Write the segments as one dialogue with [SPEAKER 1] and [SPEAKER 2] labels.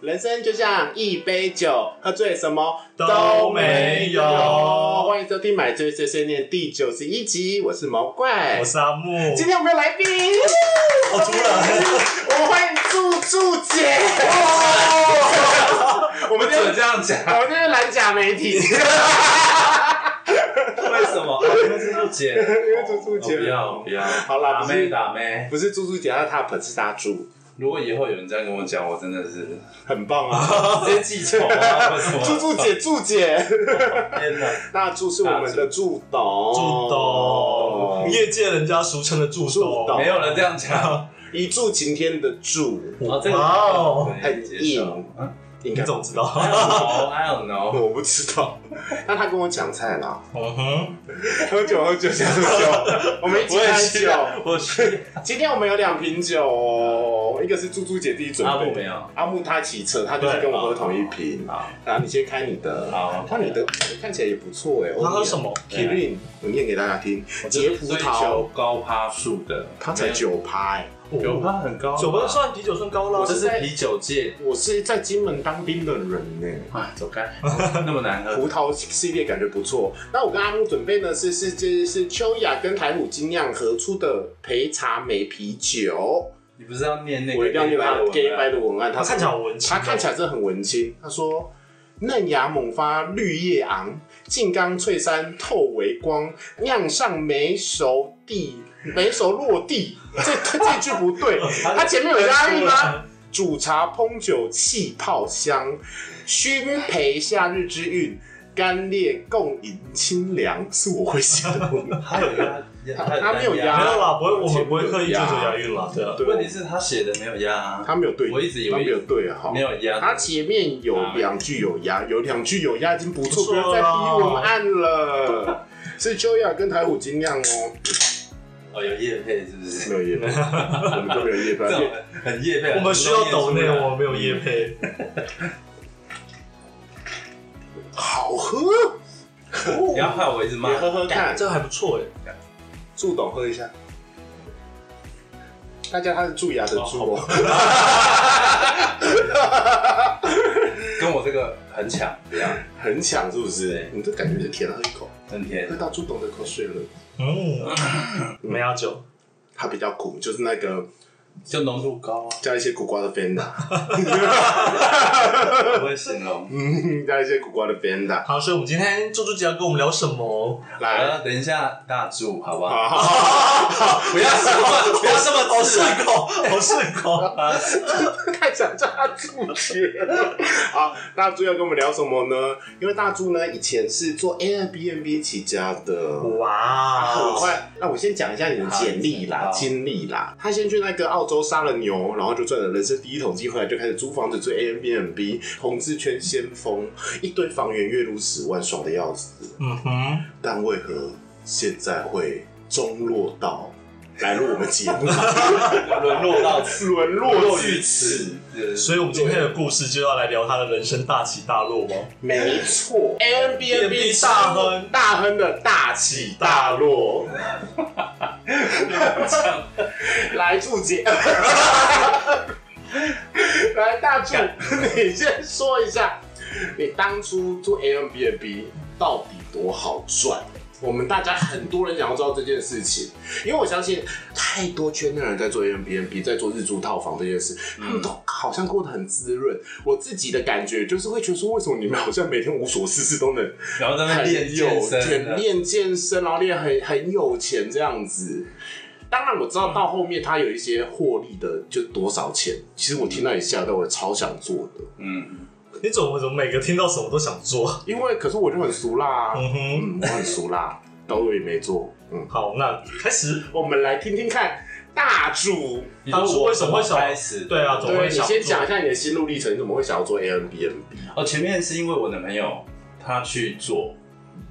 [SPEAKER 1] 人生就像一杯酒，喝醉什么
[SPEAKER 2] 都没有
[SPEAKER 1] 欢迎收听《买醉碎碎念》第九十一集，我是哦毛怪
[SPEAKER 3] 哎
[SPEAKER 2] 我。是阿木，
[SPEAKER 1] 今天我们有来宾，我
[SPEAKER 2] 我突然，
[SPEAKER 1] 我们欢迎祝祝姐。哦我
[SPEAKER 3] 不
[SPEAKER 1] 们今
[SPEAKER 3] 准
[SPEAKER 1] 天
[SPEAKER 3] 这样讲，
[SPEAKER 1] 我们今天是蓝甲媒体，
[SPEAKER 3] 为什 么？啊因为这是姐，
[SPEAKER 1] 因为祝祝
[SPEAKER 3] 我哦不
[SPEAKER 1] 姐。
[SPEAKER 3] 要不要，
[SPEAKER 1] 好啦
[SPEAKER 3] 打
[SPEAKER 1] 不是
[SPEAKER 3] 妹打妹。
[SPEAKER 1] 不是猪猪姐，她她本是大猪，
[SPEAKER 3] 如果以后有人这样跟我讲，我真的是
[SPEAKER 1] 很棒 啊！
[SPEAKER 3] 直接记仇啊！为什么？
[SPEAKER 1] 猪猪姐，猪姐，
[SPEAKER 3] 天哪！
[SPEAKER 1] 那猪是我们的助董，
[SPEAKER 2] 助
[SPEAKER 3] 哦
[SPEAKER 2] 董，业界人家俗称的助
[SPEAKER 1] 助
[SPEAKER 2] 董
[SPEAKER 1] 董，
[SPEAKER 3] 没有人这样讲。
[SPEAKER 1] 一柱擎天的柱，
[SPEAKER 3] 哦这个
[SPEAKER 2] 哇哦，
[SPEAKER 3] 可以接受啊
[SPEAKER 1] 应
[SPEAKER 2] 你
[SPEAKER 1] 该
[SPEAKER 2] 怎么 知道？
[SPEAKER 3] I don't know, 哦 I don't know。
[SPEAKER 1] 我不知道。 那他跟我讲菜 啦，
[SPEAKER 2] 嗯哼，
[SPEAKER 1] 喝酒喝酒讲酒， 我们一起
[SPEAKER 3] 我也啊
[SPEAKER 1] 开
[SPEAKER 3] 需
[SPEAKER 1] 酒。
[SPEAKER 3] 要，我需要。
[SPEAKER 1] 今天我们有两瓶酒哦，一个是猪猪姐自己准
[SPEAKER 3] 阿木
[SPEAKER 1] 备
[SPEAKER 3] 啊没
[SPEAKER 1] 的，
[SPEAKER 3] 有。
[SPEAKER 1] 阿木他骑车，他就是
[SPEAKER 2] 对
[SPEAKER 1] 跟我喝同一瓶。
[SPEAKER 3] 好，
[SPEAKER 1] 然后你先开你的，
[SPEAKER 3] 好
[SPEAKER 1] 看你的看起来也不错哎。
[SPEAKER 2] 他喝什么？
[SPEAKER 1] ？Kirin，我念给大家听，
[SPEAKER 3] 我
[SPEAKER 1] 杰
[SPEAKER 3] 就是
[SPEAKER 1] 葡
[SPEAKER 3] 追
[SPEAKER 1] 萄
[SPEAKER 3] 求，高趴数的，
[SPEAKER 1] 他才九趴哎。
[SPEAKER 3] 没有，九趴很高吧，
[SPEAKER 2] 哦酒不是算啤酒算高
[SPEAKER 3] 我
[SPEAKER 2] 了
[SPEAKER 3] 这，是啤酒界，
[SPEAKER 1] 我是在金门当兵的人欸呢。
[SPEAKER 3] 哎，走开，那么难喝
[SPEAKER 1] 葡。萄系列感觉不错。那我跟阿木准备呢是是这是秋雅跟台虎精酿合出的焙茶美啤酒，
[SPEAKER 3] 你不是要念那个？
[SPEAKER 1] 我一定要念他的 gay 白的文案，
[SPEAKER 2] 他看起来
[SPEAKER 1] 来
[SPEAKER 2] 好文青，
[SPEAKER 1] 他看起来真的很文青。他说。嫩芽猛发，绿叶昂，静冈翠山透微光，酿上梅熟地，梅熟落地。这这句不 对，他前面有押韵吗？煮茶烹酒气泡香，熏培夏日之韵，干裂共饮清凉，是我会写的 文案。
[SPEAKER 3] 他有压，
[SPEAKER 1] 他他没有压
[SPEAKER 2] 没有啦，不会，
[SPEAKER 3] 我
[SPEAKER 2] 我们不会刻意追
[SPEAKER 1] 呀
[SPEAKER 2] 求押韵啦，对啊。
[SPEAKER 1] 对
[SPEAKER 3] 问题是他写的没有压啊，
[SPEAKER 1] 他没有对，
[SPEAKER 3] 我一直以为
[SPEAKER 1] 他没有对哈
[SPEAKER 3] 没。有压，
[SPEAKER 1] 他前面有两句有押，有两句有押已经不错，
[SPEAKER 2] 不
[SPEAKER 1] 不
[SPEAKER 2] 错了
[SPEAKER 1] 要再逼文案了。 是秋雅跟台虎精酿哦，
[SPEAKER 3] 哦有叶配是不
[SPEAKER 1] 没
[SPEAKER 3] 是？
[SPEAKER 1] 有叶 配，我们都没有叶配
[SPEAKER 3] 这。种很叶配，
[SPEAKER 2] 我们需要抖内，
[SPEAKER 3] 很多
[SPEAKER 2] 我们没有业配。
[SPEAKER 1] 好喝，
[SPEAKER 3] 业配你要害我一直骂
[SPEAKER 1] 你，喝喝看。
[SPEAKER 2] 这还不错哎，
[SPEAKER 1] 祝董喝一下，大家他是蛀牙的蛀哦。
[SPEAKER 3] 跟我这个很抢，不要
[SPEAKER 1] 很抢是不是
[SPEAKER 3] 对？
[SPEAKER 1] 你这感觉是舔了一口，
[SPEAKER 3] 真甜
[SPEAKER 1] 喝，到猪董的口水了。
[SPEAKER 2] 嗯，梅亚酒，
[SPEAKER 1] 它比较苦，就是那个
[SPEAKER 3] 就浓度高啊，
[SPEAKER 1] 加一些苦瓜的 Fanta，
[SPEAKER 3] 不会形容。
[SPEAKER 1] 嗯，加一些苦瓜的 Fanta
[SPEAKER 2] 好，所以我们今天猪猪姐要跟我们聊什么？
[SPEAKER 3] 好
[SPEAKER 1] 来。
[SPEAKER 3] 了，等一下大柱，好不好？
[SPEAKER 1] 好好好好
[SPEAKER 3] 不要这么，不要这么
[SPEAKER 2] 好
[SPEAKER 3] 自
[SPEAKER 2] 顺
[SPEAKER 3] 然。
[SPEAKER 2] 口，好顺口。
[SPEAKER 1] 太想叫他主角了。好，大猪要跟我们聊什么呢？因为大猪呢以前是做 Airbnb 起家的，
[SPEAKER 2] 哇，
[SPEAKER 1] 很快。那我先讲一下你的简历啦、
[SPEAKER 3] 好
[SPEAKER 1] 经历啦。他先去那个澳洲杀了牛，然后就赚了人生第一桶金，回来就开始租房子、住 Airbnb，同志圈先锋，一堆房源月入十万，爽的要死。
[SPEAKER 2] 嗯哼，
[SPEAKER 1] 但为何现在会中落到来录我们节目，
[SPEAKER 3] 沦落到此，
[SPEAKER 1] 沦
[SPEAKER 3] 沦
[SPEAKER 1] 落
[SPEAKER 3] 落
[SPEAKER 1] 至
[SPEAKER 3] 于
[SPEAKER 1] 此
[SPEAKER 3] 此？，
[SPEAKER 2] 所以我们今天的故事就要来聊他的人生大起大落吗？哦
[SPEAKER 1] 没错，Airbnb
[SPEAKER 2] 大亨
[SPEAKER 1] 大亨的大起大落， 来祝 姐，来大祝，你先说一下，你当初做 Airbnb 到底多好赚？我们大家很多人想要知道这件事情，因为我相信太多圈内人在做 Airbnb，在做日租套房这件事，
[SPEAKER 3] 嗯
[SPEAKER 1] 他们都好像过得很滋润。我自己的感觉就是会觉得说，为什么你们好像每天无所事事都能
[SPEAKER 3] 然后在那
[SPEAKER 1] 很
[SPEAKER 3] 边练健
[SPEAKER 1] 有
[SPEAKER 3] 身啊
[SPEAKER 1] 钱，
[SPEAKER 3] 的，
[SPEAKER 1] 练健身，然后练很很有钱这样子。当然我知道到后面他有一些获利的，就多少钱。其实我听到也吓到，我超想做的，
[SPEAKER 3] 嗯，
[SPEAKER 2] 你怎么怎么每个听到什么都想做？
[SPEAKER 1] 因为可是我就很俗辣、啊，
[SPEAKER 2] 嗯哼，
[SPEAKER 1] 嗯，我很俗辣，但我也没做。嗯，
[SPEAKER 2] 好，那开始。
[SPEAKER 1] 我们来听听看大主，
[SPEAKER 3] 你
[SPEAKER 2] 当
[SPEAKER 3] 说
[SPEAKER 2] 初
[SPEAKER 3] 我
[SPEAKER 2] 为什么会
[SPEAKER 3] 怎
[SPEAKER 2] 想
[SPEAKER 3] 开始？
[SPEAKER 2] 对啊，怎么
[SPEAKER 1] 对
[SPEAKER 2] 会
[SPEAKER 1] 你
[SPEAKER 2] 想
[SPEAKER 1] 先讲一下你的心路历程，你怎么会想要做 a m b n b
[SPEAKER 3] 哦，前面是因为我男朋友他去做，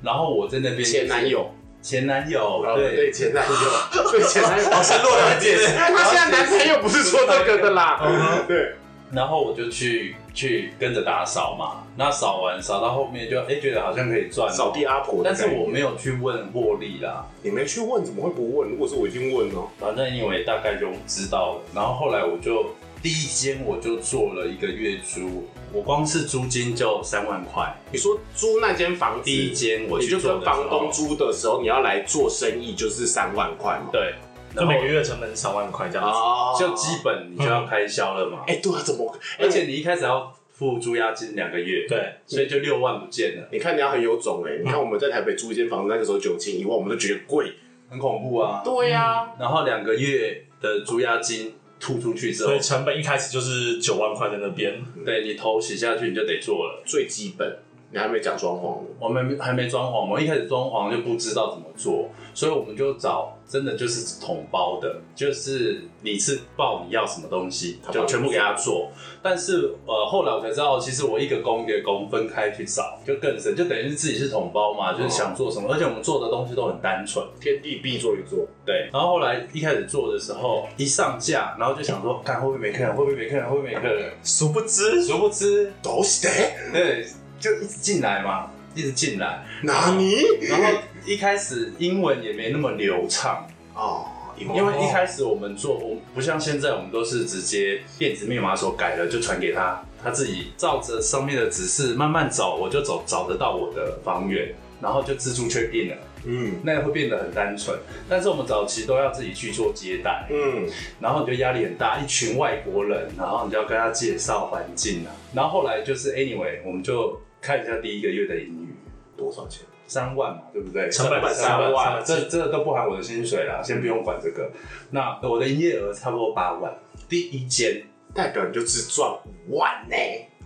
[SPEAKER 3] 然后我在那边
[SPEAKER 1] 前男友，
[SPEAKER 3] 前男友
[SPEAKER 1] 然后
[SPEAKER 3] 对
[SPEAKER 1] 哦对哦前男 友，对前男友，好
[SPEAKER 2] 深入了解
[SPEAKER 1] 他现在男朋友不是说这个的啦，对。
[SPEAKER 3] 然后我就去去跟着打扫嘛，那扫完扫到后面就哎、觉得好像可以赚哦
[SPEAKER 1] 扫地，阿婆的
[SPEAKER 3] 但
[SPEAKER 1] 概
[SPEAKER 3] 是
[SPEAKER 1] 念，
[SPEAKER 3] 我没有去问获利啦，
[SPEAKER 1] 你没去问，怎么会不问？如果是我已经问了，
[SPEAKER 3] 反正因为大概就知道了，然后后来我就第一间我就做了一个月租，我光是租金就三万块。
[SPEAKER 1] 你说租那间房子，
[SPEAKER 3] 第一间我
[SPEAKER 1] 你
[SPEAKER 3] 去
[SPEAKER 1] 就
[SPEAKER 3] 做
[SPEAKER 1] 跟
[SPEAKER 3] 的时候
[SPEAKER 1] 房东租的时候，你要来做生意就是三万块嘛。
[SPEAKER 3] 对，
[SPEAKER 2] 就
[SPEAKER 3] 然后
[SPEAKER 2] 每个月成本三万块这样子。
[SPEAKER 1] 哦
[SPEAKER 3] 就基本你就要开销了嘛，
[SPEAKER 1] 哎、对啊，怎么？
[SPEAKER 3] 而且你一开始要付租押金两个月，，
[SPEAKER 2] 对，
[SPEAKER 3] 所以就六万不见了，
[SPEAKER 1] 你看你要很有种哎、你看我们在台北租一间房子，那个时候九千一万，我们都觉得贵。
[SPEAKER 3] 很恐怖啊。
[SPEAKER 1] 对呀、
[SPEAKER 3] 然后两个月的租押金吐出去之后
[SPEAKER 2] 所以，成本一开始就是九万块在那边，
[SPEAKER 3] 对你头洗下去你就得做了。
[SPEAKER 1] 最基本，你还没讲装潢呢。
[SPEAKER 3] 我们还没装潢，我们一开始装潢就不知道怎么做，所以我们就找真的就是统包的，就是你是报你要什么东西
[SPEAKER 1] 他，帮
[SPEAKER 3] 就
[SPEAKER 1] 你
[SPEAKER 3] 全部给他做。但是呃，后来我才知道，其实我一个工一个工分开去找，就更深，就等于是自己是统包嘛，就是想做什么，而且我们做的东西都很单纯。
[SPEAKER 1] 天地必做一做，
[SPEAKER 3] 对，然后后来一开始做的时候，一上架，然后就想说，看会不会没客人，会不会没客人，会不会没客人？
[SPEAKER 2] 殊不知
[SPEAKER 3] 殊不知，
[SPEAKER 1] 都是的。
[SPEAKER 3] 对，就一直进来嘛，一直进来。
[SPEAKER 1] 哪里？
[SPEAKER 3] 然后一开始英文也没那么流畅，
[SPEAKER 1] 哦，因
[SPEAKER 3] 因为一开始我们做，我们不像现在，我们都是直接电子密码锁改了就传给他，他自己照着上面的指示慢慢找，我就走找得到我的房源，然后就自助确定了，
[SPEAKER 1] 嗯
[SPEAKER 3] 那会变得很单纯。但是我们早期都要自己去做接待，
[SPEAKER 1] 嗯，
[SPEAKER 3] 然后你就压力很大，一群外国人，然后你就要跟他介绍环境啊。然后后来就是 anyway，我们就看一下第一个月的盈余，
[SPEAKER 1] 多少钱？
[SPEAKER 3] 三万嘛，对不对？
[SPEAKER 2] 成本
[SPEAKER 3] 三
[SPEAKER 2] 三
[SPEAKER 3] 万
[SPEAKER 2] 万，
[SPEAKER 3] 这这都不含我的薪水啦，先不用管这个。那我的营业额差不多八万，第一间，
[SPEAKER 1] 代表你就只赚五万呢、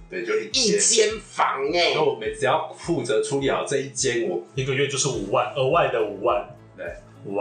[SPEAKER 3] 对，就一
[SPEAKER 1] 一
[SPEAKER 3] 间。
[SPEAKER 1] 间房哎、
[SPEAKER 3] 因为我每只要负责处理好这一间，我
[SPEAKER 2] 一个月就是五万，额外的五万。
[SPEAKER 3] 对，
[SPEAKER 1] 而且是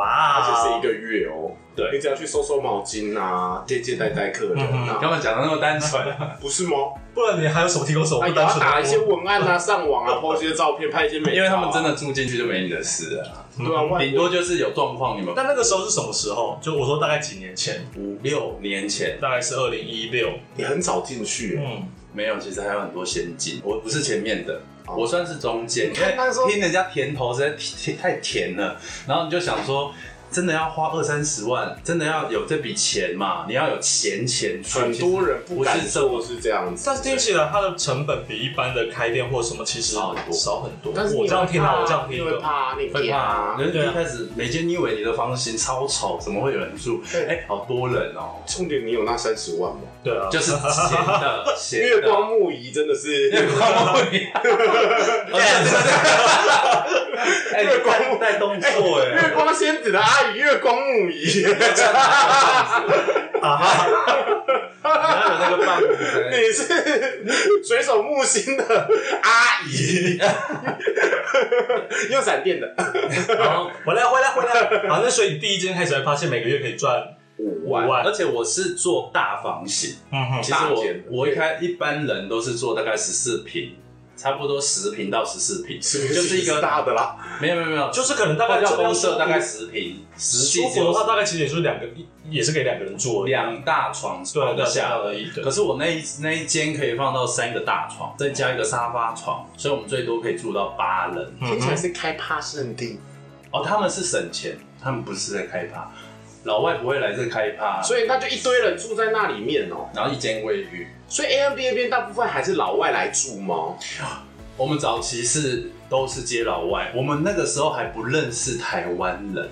[SPEAKER 2] 哇
[SPEAKER 1] 一，个月哦、
[SPEAKER 3] 对
[SPEAKER 1] 你只要去收收毛巾啊，接接待待客人
[SPEAKER 3] 你
[SPEAKER 1] 啊，
[SPEAKER 3] 干嘛讲的那么单纯？啊
[SPEAKER 1] 不是吗？
[SPEAKER 2] 不然你还有什么提供什么
[SPEAKER 1] 啊，也
[SPEAKER 2] 不
[SPEAKER 1] 要
[SPEAKER 2] 单纯的哦
[SPEAKER 1] 打一些文案啊，上网啊，拍一些照片，拍一些美照啊，
[SPEAKER 3] 因为他们真的住进去就没你的事了，
[SPEAKER 1] 对啊，外
[SPEAKER 3] 顶多就是有状况，你们
[SPEAKER 2] 那那个时候是什么时候？就我说大概几年前，
[SPEAKER 3] 五六年前。
[SPEAKER 2] 大概是二零一六。
[SPEAKER 1] 你很早进去、欸，
[SPEAKER 2] 嗯，
[SPEAKER 3] 没有，其实还有很多先进。我不是前面的，
[SPEAKER 1] 哦
[SPEAKER 3] 我算是中间。因
[SPEAKER 1] 看那时候
[SPEAKER 3] 为听人家甜头实在甜太甜了，然后你就想说，真的要花二三十万，真的要有这笔钱嘛？你要有闲钱去。
[SPEAKER 1] 很多人不敢
[SPEAKER 3] 不是
[SPEAKER 1] 做是这样子，
[SPEAKER 2] 但是听起来它的成本比一般的开店或什么其实
[SPEAKER 3] 少很多
[SPEAKER 2] 少很多。
[SPEAKER 1] 但是你
[SPEAKER 2] 我这样听啊，
[SPEAKER 1] 会怕
[SPEAKER 2] 我这样
[SPEAKER 1] 你
[SPEAKER 2] 听
[SPEAKER 1] 会
[SPEAKER 2] 的，
[SPEAKER 1] 怕，你
[SPEAKER 3] 会
[SPEAKER 1] 怕
[SPEAKER 3] 怕，
[SPEAKER 1] 啊。
[SPEAKER 3] 人
[SPEAKER 2] 对啊
[SPEAKER 3] 一开始每间你以为你的房型超丑，怎么会有人住？
[SPEAKER 1] 对
[SPEAKER 3] 哎、好多人 哦、
[SPEAKER 1] 重点，你有那三十万吗？
[SPEAKER 2] 对啊，
[SPEAKER 3] 就是闲的，闲的。
[SPEAKER 1] 月 光木仪真的 是，
[SPEAKER 3] 月光不一样。 哎，月光带动作哎，
[SPEAKER 1] 月光仙子的阿姨，月光木 仪，
[SPEAKER 2] 啊哈，
[SPEAKER 3] 哪哎有那个棒 子？
[SPEAKER 1] 你是水手木星的阿姨， 用闪电的
[SPEAKER 2] 然后回来回来回来。好，那所以第一间开始才发现每个月可以赚，
[SPEAKER 1] 五
[SPEAKER 2] 万
[SPEAKER 3] 而且我是做大房型，
[SPEAKER 2] 嗯哼
[SPEAKER 3] 其实我
[SPEAKER 1] 大间的
[SPEAKER 3] 我一开一般人都是做大概十四平，差不多十平到十四平，就是一个
[SPEAKER 1] 大的啦，
[SPEAKER 3] 没有没有没有，
[SPEAKER 2] 就是可能大概
[SPEAKER 3] 叫公
[SPEAKER 2] 这
[SPEAKER 3] 社
[SPEAKER 2] 样
[SPEAKER 3] 大概十平，实际
[SPEAKER 2] 舒
[SPEAKER 3] 只
[SPEAKER 2] 服
[SPEAKER 3] 有
[SPEAKER 2] 的话，大概其实也就是两个，也是给两个人住而已。
[SPEAKER 3] 两大床
[SPEAKER 2] 对
[SPEAKER 3] 放得
[SPEAKER 2] 对，
[SPEAKER 3] 下
[SPEAKER 2] 而已。对
[SPEAKER 3] 可，是我那一那一间可以放到三个大床，再加一个沙发床，所以我们最多可以住到八人。
[SPEAKER 1] 听起来是开趴圣地。
[SPEAKER 3] 哦，他们是省钱，他们不是在开趴，老外不会来这开趴，
[SPEAKER 1] 所以那就一堆人住在那里面哦、
[SPEAKER 3] 然后一间卫浴。
[SPEAKER 1] 所以 Airbnb 那边大部分还是老外来住吗？
[SPEAKER 3] 我们早期是都是接老外，我们那个时候还不认识台湾人，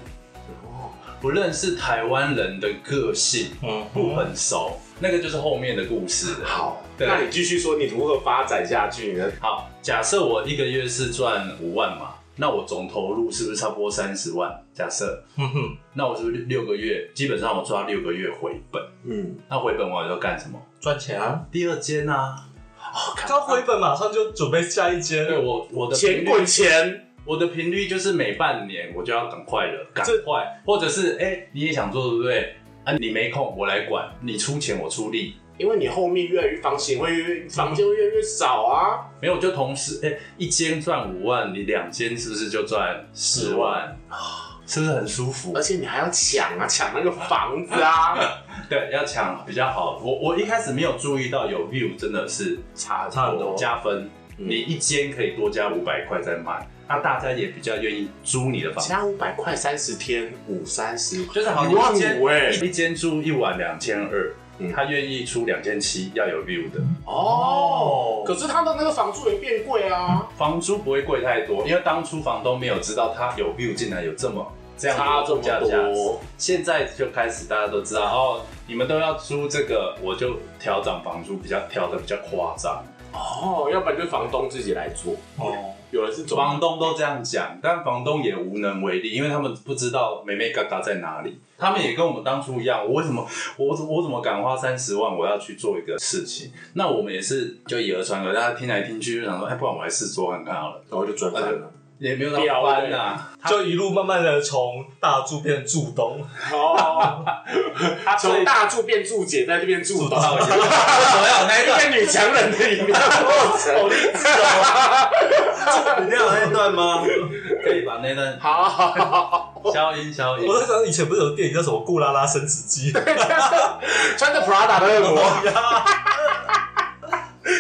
[SPEAKER 1] 哦
[SPEAKER 3] 不认识台湾人的个性，
[SPEAKER 2] 嗯哼
[SPEAKER 3] 不很熟，那个就是后面的故事了。
[SPEAKER 1] 好，
[SPEAKER 3] 对
[SPEAKER 1] 那你继续说你如何发展下去呢？
[SPEAKER 3] 好，假设我一个月是赚五万嘛，那我总投入是不是差不多三十万？假设，
[SPEAKER 2] 嗯哼，
[SPEAKER 3] 那我是不是六个月，基本上我抓六个月回本？
[SPEAKER 1] 嗯，
[SPEAKER 3] 那回本我要干什么？
[SPEAKER 2] 赚钱啊！
[SPEAKER 3] 第二间啊，
[SPEAKER 1] 哦
[SPEAKER 2] 刚回本马上就准备下一间，
[SPEAKER 3] 对我我的频
[SPEAKER 1] 钱
[SPEAKER 3] 率
[SPEAKER 1] 滚钱，
[SPEAKER 3] 我的频率就是每半年我就要赶快了，赶
[SPEAKER 1] 这
[SPEAKER 3] 快，或者是哎、你也想做对不对？啊，你没空，我来管，你出钱我出力，
[SPEAKER 1] 因为你后面越来越房型会越房间会越来越少啊，
[SPEAKER 3] 没有就同时哎、一间赚五万，你两间是不是就赚十万？是不是很舒服
[SPEAKER 1] 而？且你还要抢啊，抢那个房子啊，
[SPEAKER 3] 对，要抢比较好。我我一开始没有注意到有 view 真的是
[SPEAKER 1] 差
[SPEAKER 2] 差很多
[SPEAKER 3] 加分，
[SPEAKER 1] 嗯
[SPEAKER 3] 你一间可以多加五百块再卖，那大家也比较愿意租你的房子。
[SPEAKER 1] 加五百块三十天，五三十，
[SPEAKER 3] 就是好
[SPEAKER 1] 一万
[SPEAKER 3] 像一间
[SPEAKER 1] 五哎，
[SPEAKER 3] 一间住一晚两千二，
[SPEAKER 1] 嗯
[SPEAKER 3] 他愿意出两千七要有 view 的，
[SPEAKER 1] 哦，可是他的那个房租也变贵啊，
[SPEAKER 3] 房租不会贵太多，因为当初房东没有知道他有 view 竟然有这么这样
[SPEAKER 1] 差这
[SPEAKER 3] 多
[SPEAKER 1] 么
[SPEAKER 3] 价价值。
[SPEAKER 1] 多，
[SPEAKER 3] 现在就开始大家都知道哦，你们都要租这个，我就调涨房租，比较调的比较夸张。
[SPEAKER 1] 哦，要不然就是房东自己来做，
[SPEAKER 2] 哦，
[SPEAKER 1] 有人是总
[SPEAKER 3] 房东都这样讲，但房东也无能为力，因为他们不知道美美嘎嘎在哪里。他们也跟我们当初一样，我为什么 我怎我怎么敢花三十万我要去做一个事情？那我们也是就以讹传讹，大家听来听去就想说，哎，不然我来试做看看好了，
[SPEAKER 1] 然后就转翻了，
[SPEAKER 3] 也没有到翻啊。
[SPEAKER 2] 就一路慢慢的从大柱变成柱东，
[SPEAKER 1] 哦，
[SPEAKER 3] 他
[SPEAKER 1] 从大柱变柱姐，在这边柱到
[SPEAKER 3] 到所有那
[SPEAKER 1] 一
[SPEAKER 3] 个
[SPEAKER 1] 个女强人的一面过程。
[SPEAKER 2] 你要那一段吗？
[SPEAKER 3] 可以把那段
[SPEAKER 1] 好好好，好
[SPEAKER 3] 消音消音
[SPEAKER 2] 我。在想以前不是有电影叫什么《顾拉拉生殖机》？
[SPEAKER 1] 穿着 Prada 的恶魔，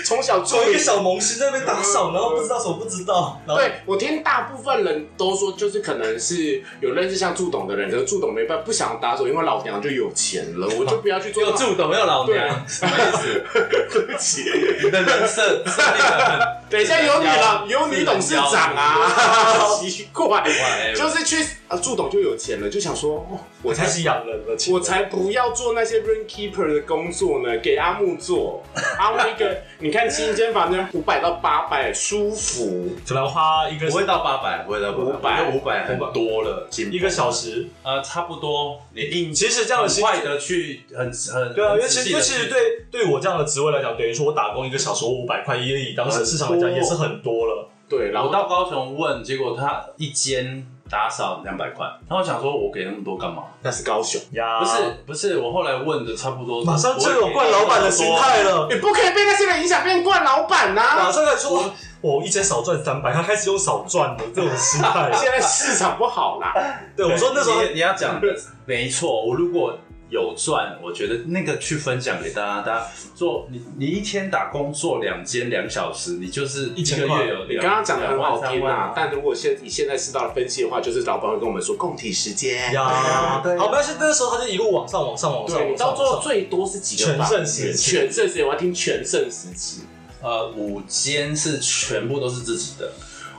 [SPEAKER 1] 从小注
[SPEAKER 2] 从一
[SPEAKER 1] 意
[SPEAKER 2] 个。小萌新在那边打扫，然后不知道什么不知道，然后
[SPEAKER 1] 对我听大部分人都说，就是可能是有认识像祝董的人，可是祝董没办法不想打手，因为老娘就有钱了，我就不要去做
[SPEAKER 3] 又
[SPEAKER 1] 那种。
[SPEAKER 3] 住董又老娘，
[SPEAKER 1] 对啊
[SPEAKER 3] 什么 意思？
[SPEAKER 1] 对不起，
[SPEAKER 3] 你的人设设定的很
[SPEAKER 1] 等一下有你了，有你董事长 啊，奇怪，
[SPEAKER 3] 怪，
[SPEAKER 1] 就是去啊，祝董就有钱了，就想说，哦我
[SPEAKER 2] 我
[SPEAKER 1] 才
[SPEAKER 2] 才是养人了。亲
[SPEAKER 1] 我才不要做那些 run keeper 的工作呢，给阿木做。阿木一个，你看新间房间五百到八百，舒服。
[SPEAKER 2] 可能花一个
[SPEAKER 3] 不会到八百，不会到
[SPEAKER 1] 500
[SPEAKER 3] 五百很多了，
[SPEAKER 2] 一个小时，
[SPEAKER 3] 呃差不多。你硬
[SPEAKER 2] 其实这样的
[SPEAKER 3] 很
[SPEAKER 2] 薪
[SPEAKER 3] 快的去，很很
[SPEAKER 2] 对啊，因为
[SPEAKER 3] 很
[SPEAKER 2] 其
[SPEAKER 3] 仔细地
[SPEAKER 2] 实因为
[SPEAKER 3] 去
[SPEAKER 2] 其实对对我这样的职位来讲，等于说我打工一个小时五百块，因为以当时市场来讲也是很多了。
[SPEAKER 1] 对，然
[SPEAKER 3] 我
[SPEAKER 1] 后
[SPEAKER 3] 到高雄问，结果他一间打扫两百块，然后我想说我给那么多干嘛？
[SPEAKER 1] 那是高雄，
[SPEAKER 2] 呀
[SPEAKER 3] 不是不是，我后来问的差不多，
[SPEAKER 2] 啊马上就有惯老板的心态了，
[SPEAKER 1] 你不可以被那些人影响变惯老板
[SPEAKER 2] 马
[SPEAKER 1] 呐、。
[SPEAKER 2] 上在说我一间少赚三百，他开始用少赚的这种心态
[SPEAKER 1] 现在市场不好啦，
[SPEAKER 2] 对，我说那时候
[SPEAKER 3] 你你要讲的没错，我如果有赚，我觉得那个去分享给大家，大家做你你一天打工做两间两小时，你就是一
[SPEAKER 2] 1000
[SPEAKER 3] 个
[SPEAKER 2] 块
[SPEAKER 3] 月有
[SPEAKER 1] 你
[SPEAKER 3] 两
[SPEAKER 1] 刚刚讲的很好
[SPEAKER 3] 两
[SPEAKER 1] 听
[SPEAKER 3] 万
[SPEAKER 1] 啊，但如果现以现在世道的分析的话，就是老板会跟我们说供体时间。
[SPEAKER 2] 呀，
[SPEAKER 3] 对
[SPEAKER 2] 好，但是那时候他就一路往上，往上，往上，
[SPEAKER 1] 对，你
[SPEAKER 2] 往上
[SPEAKER 1] 到最后
[SPEAKER 2] 往上
[SPEAKER 1] 最多是几个
[SPEAKER 2] 全
[SPEAKER 1] 吧？
[SPEAKER 2] 盛时期
[SPEAKER 1] 全盛时期，我要听全盛时期，
[SPEAKER 3] 三万呃五间是全部都是自己的，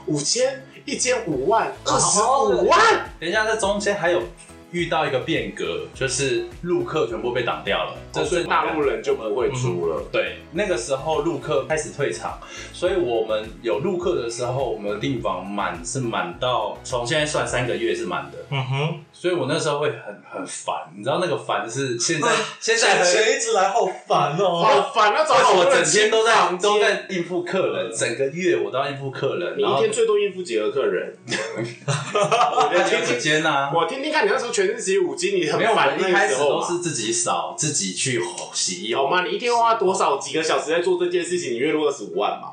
[SPEAKER 1] 五千一间五万，
[SPEAKER 3] 哦
[SPEAKER 1] 二十
[SPEAKER 2] 好
[SPEAKER 1] 五万。
[SPEAKER 3] 等一下这中间还有遇到一个变革，就是陆客全部被挡掉了，这
[SPEAKER 1] 哦所以
[SPEAKER 3] 是
[SPEAKER 1] 大陆人就不会租了。
[SPEAKER 3] 对，那个时候陆客开始退场，所以我们有陆客的时候，我们的订房满是满到从现在算三个月是满的，
[SPEAKER 2] 嗯哼，
[SPEAKER 3] 所以我那时候会很很烦，你知道那个烦是现在、 现在很，
[SPEAKER 2] 钱一直来好烦哦。
[SPEAKER 1] 好烦啊！找
[SPEAKER 3] 而且
[SPEAKER 1] 好
[SPEAKER 3] 我
[SPEAKER 1] 多
[SPEAKER 3] 整
[SPEAKER 1] 人
[SPEAKER 3] 天都在
[SPEAKER 1] 清房间
[SPEAKER 3] 都，在应付客人，整个月我都要应付客人，
[SPEAKER 1] 你
[SPEAKER 3] 然
[SPEAKER 1] 一
[SPEAKER 3] 后
[SPEAKER 1] 天最多应付几个客 人？
[SPEAKER 3] 我
[SPEAKER 1] 我
[SPEAKER 3] 在
[SPEAKER 1] 听
[SPEAKER 3] 几
[SPEAKER 1] 听，
[SPEAKER 3] 间啊。
[SPEAKER 1] 我听听看，你那时候全是级五金，你很
[SPEAKER 3] 没有，我
[SPEAKER 1] 烦
[SPEAKER 3] 们
[SPEAKER 1] 那
[SPEAKER 3] 一开
[SPEAKER 1] 个
[SPEAKER 3] 始
[SPEAKER 1] 时候
[SPEAKER 3] 都
[SPEAKER 1] 嘛
[SPEAKER 3] 是自己扫，自己去洗衣服
[SPEAKER 1] 有吗？你一天花多少几个小时在做这件事情？你月入二十五万嘛？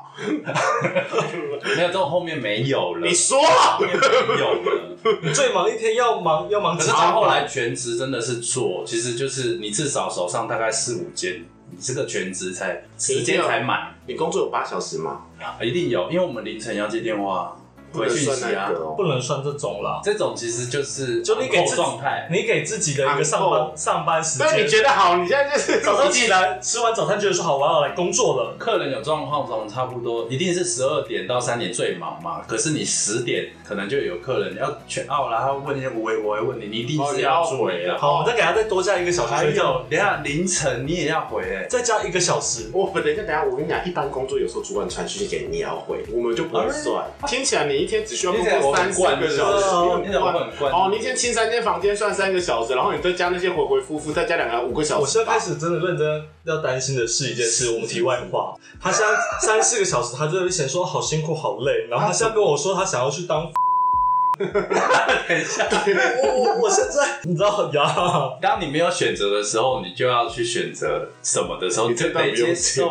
[SPEAKER 3] 没有，这种后面没有了，
[SPEAKER 1] 你说了
[SPEAKER 3] 后面没有了。
[SPEAKER 2] 你最忙一天要忙要忙
[SPEAKER 3] 可
[SPEAKER 2] 几
[SPEAKER 3] 是
[SPEAKER 2] 天？
[SPEAKER 3] 他后来全职真的是做，其实就是你至少手上大概四五间，你这个全职才时间才满
[SPEAKER 1] 你工作有八小时吗？
[SPEAKER 3] 啊，一定有，因为我们凌晨要接电话、
[SPEAKER 1] 不
[SPEAKER 3] 回
[SPEAKER 1] 能
[SPEAKER 3] 讯
[SPEAKER 1] 算
[SPEAKER 3] 息
[SPEAKER 1] 那
[SPEAKER 3] 啊
[SPEAKER 1] 个，哦。
[SPEAKER 2] 不能算这种啦，
[SPEAKER 3] 这种其实就是
[SPEAKER 2] 就你给自己
[SPEAKER 3] 状态，
[SPEAKER 2] 你给自己的一个上
[SPEAKER 1] 啊
[SPEAKER 2] 班上班时
[SPEAKER 1] 所以你
[SPEAKER 2] 间。
[SPEAKER 1] 觉得好，你现在就是
[SPEAKER 2] 早上起来吃完早餐，觉得说好，我要来工作了。
[SPEAKER 3] 客人有状况，总差不多一定是十二点到三点最忙嘛。可是你十点可能就有客人要全澳啦，他会问一些无为，我会问你，你一定是要回的。
[SPEAKER 2] 好，我再给他再多加一个小时
[SPEAKER 3] 还
[SPEAKER 2] 睡觉，
[SPEAKER 3] 有，等一下凌晨你也要回哎、
[SPEAKER 2] 再加一个小时。
[SPEAKER 1] 我等一下，等一下，我跟你啊讲，一般工作有时候主管传讯息给你，你也要回，我们就不会算。
[SPEAKER 3] 哎
[SPEAKER 1] 听起来你一天只需要工作三四个小时，
[SPEAKER 3] 你怎么很惯？
[SPEAKER 1] 哦，你一天清三间房间算三个小时，然后你再加那些回回复复，再加两个五个小时吧。
[SPEAKER 2] 我现在开始真的认真要担心的是一件事，我们题外话，他现在三四个小时，他就会嫌说好辛苦好累，然后他现在跟我说他想要去当，
[SPEAKER 3] 等一下。
[SPEAKER 2] 我我我现在你知道呀，
[SPEAKER 3] 当你没有选择的时候，你就要去选择什么的时候，
[SPEAKER 1] 你
[SPEAKER 3] 你
[SPEAKER 1] 这
[SPEAKER 3] 就
[SPEAKER 1] 段
[SPEAKER 3] 得
[SPEAKER 1] 不用
[SPEAKER 3] 接受，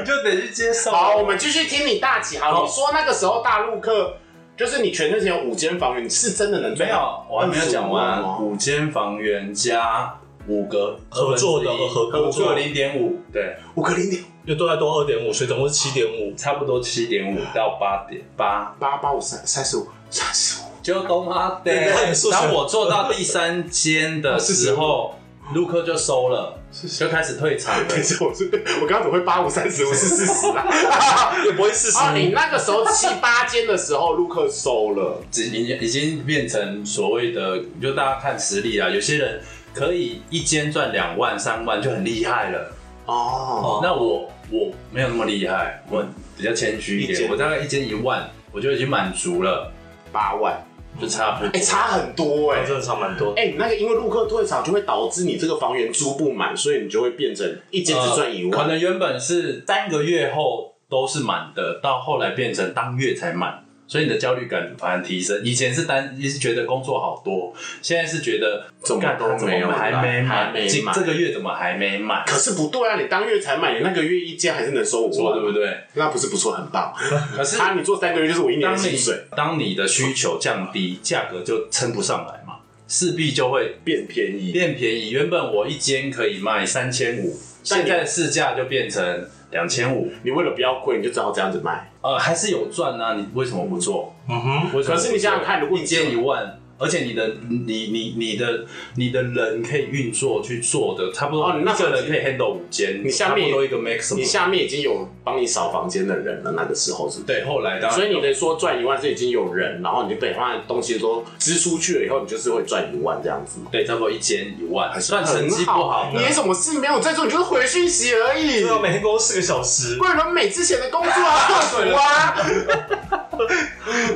[SPEAKER 3] 你就得去接受。
[SPEAKER 1] 好，我们继续听你大起。好，
[SPEAKER 3] 好
[SPEAKER 1] 你说那个时候大陆客，就是你全身前有五间房源，你是真的能
[SPEAKER 3] 没有，我还没有讲
[SPEAKER 1] 25吗
[SPEAKER 3] 完。五间房源加五个
[SPEAKER 2] 合作的合合
[SPEAKER 3] 合
[SPEAKER 2] 作
[SPEAKER 3] 作零点五，对，
[SPEAKER 1] 五个零点
[SPEAKER 2] 又多再多二点五，所以总共是七点五。
[SPEAKER 3] 差不多七点五到八点八，
[SPEAKER 1] 八八五三三十五三十五，
[SPEAKER 3] 就懂吗？
[SPEAKER 2] 对对对数学
[SPEAKER 3] 当我做到第三间的时候，陆克就收了，就开始退场了
[SPEAKER 1] 可。是我是我刚刚怎么会八五三十，我是四十啊？
[SPEAKER 2] 也不会四十
[SPEAKER 1] 啊，你那个时候七八间的时候，陆克收了，
[SPEAKER 3] 已经已经变成所谓的，就大家看实力啊。有些人可以一间赚两万、三万就很厉害了。
[SPEAKER 1] 哦，
[SPEAKER 2] 哦，
[SPEAKER 3] 那我我没有那么厉害，我比较谦虚一
[SPEAKER 1] 一
[SPEAKER 3] 点，
[SPEAKER 1] 间
[SPEAKER 3] 我大概一间一万，我就已经满足了，
[SPEAKER 1] 八万，
[SPEAKER 3] 就差不多。
[SPEAKER 1] 哎、差很多哎、
[SPEAKER 2] 那真的差蛮多。
[SPEAKER 1] 哎、你那个因为陆克退场，就会导致你这个房源租不满，所以你就会变成一间只赚一
[SPEAKER 3] 呃可
[SPEAKER 1] 万。
[SPEAKER 3] 能原本是三个月后都是满的，到后来变成当月才满，所以你的焦虑感反而提升。以前是单一是觉得工作好多，现在是觉得
[SPEAKER 1] 怎么
[SPEAKER 3] 干
[SPEAKER 1] 都
[SPEAKER 3] 怎
[SPEAKER 1] 没有
[SPEAKER 3] 么还
[SPEAKER 1] 满
[SPEAKER 3] 没
[SPEAKER 1] 还
[SPEAKER 3] 满，
[SPEAKER 1] 没
[SPEAKER 3] 这
[SPEAKER 1] 满
[SPEAKER 3] 这个月怎么还没满？
[SPEAKER 1] 可是不对啊，你当月才买，你那个月一间还是能收五
[SPEAKER 3] 错
[SPEAKER 1] 万，
[SPEAKER 3] 对不对？
[SPEAKER 1] 那不是不错，很 棒。
[SPEAKER 3] 可是
[SPEAKER 1] 啊，你做三个月就是我一年
[SPEAKER 3] 当
[SPEAKER 1] 的薪
[SPEAKER 3] 你
[SPEAKER 1] 水，
[SPEAKER 3] 当你的需求降低，价格就撑不上来嘛，势必就会
[SPEAKER 1] 变便宜。
[SPEAKER 3] 变便宜。原本我一间可以卖三千五，
[SPEAKER 1] 但你
[SPEAKER 3] 现在市价就变成两千五。
[SPEAKER 1] 你为了不要贵，你就只好这样子卖。
[SPEAKER 3] 呃，还是有赚啊，你为什么不做？
[SPEAKER 2] 嗯哼，
[SPEAKER 3] 为什
[SPEAKER 1] 可
[SPEAKER 3] 么不
[SPEAKER 1] 是你想想看，如果
[SPEAKER 3] 一
[SPEAKER 1] 你
[SPEAKER 3] 间一万，而且你的你你你的你的人可以运作去做的，差不多
[SPEAKER 1] 哦你那
[SPEAKER 3] 一
[SPEAKER 1] 时候
[SPEAKER 3] 个人可以 handle 五间，
[SPEAKER 1] 你下
[SPEAKER 3] 差
[SPEAKER 1] 面
[SPEAKER 3] 不多一个
[SPEAKER 1] 你
[SPEAKER 3] maximum。
[SPEAKER 1] 下面已经有帮你扫房间的人了，那个时候是
[SPEAKER 3] 对，啊后来当然
[SPEAKER 1] 所以你的说赚一万是已经有人，然后你就等把东西都支出去了以后，你就是会赚一万这样子嘛。
[SPEAKER 3] 对差不多一间一万，算成绩
[SPEAKER 1] 很啊
[SPEAKER 3] 不好啊
[SPEAKER 1] 你
[SPEAKER 3] 呢。
[SPEAKER 1] 有什么事没有在做，你就是回讯息而已
[SPEAKER 2] 对。啊，每天工作四个小时，
[SPEAKER 1] 桂纶镁之前的工作啊， 客服啊，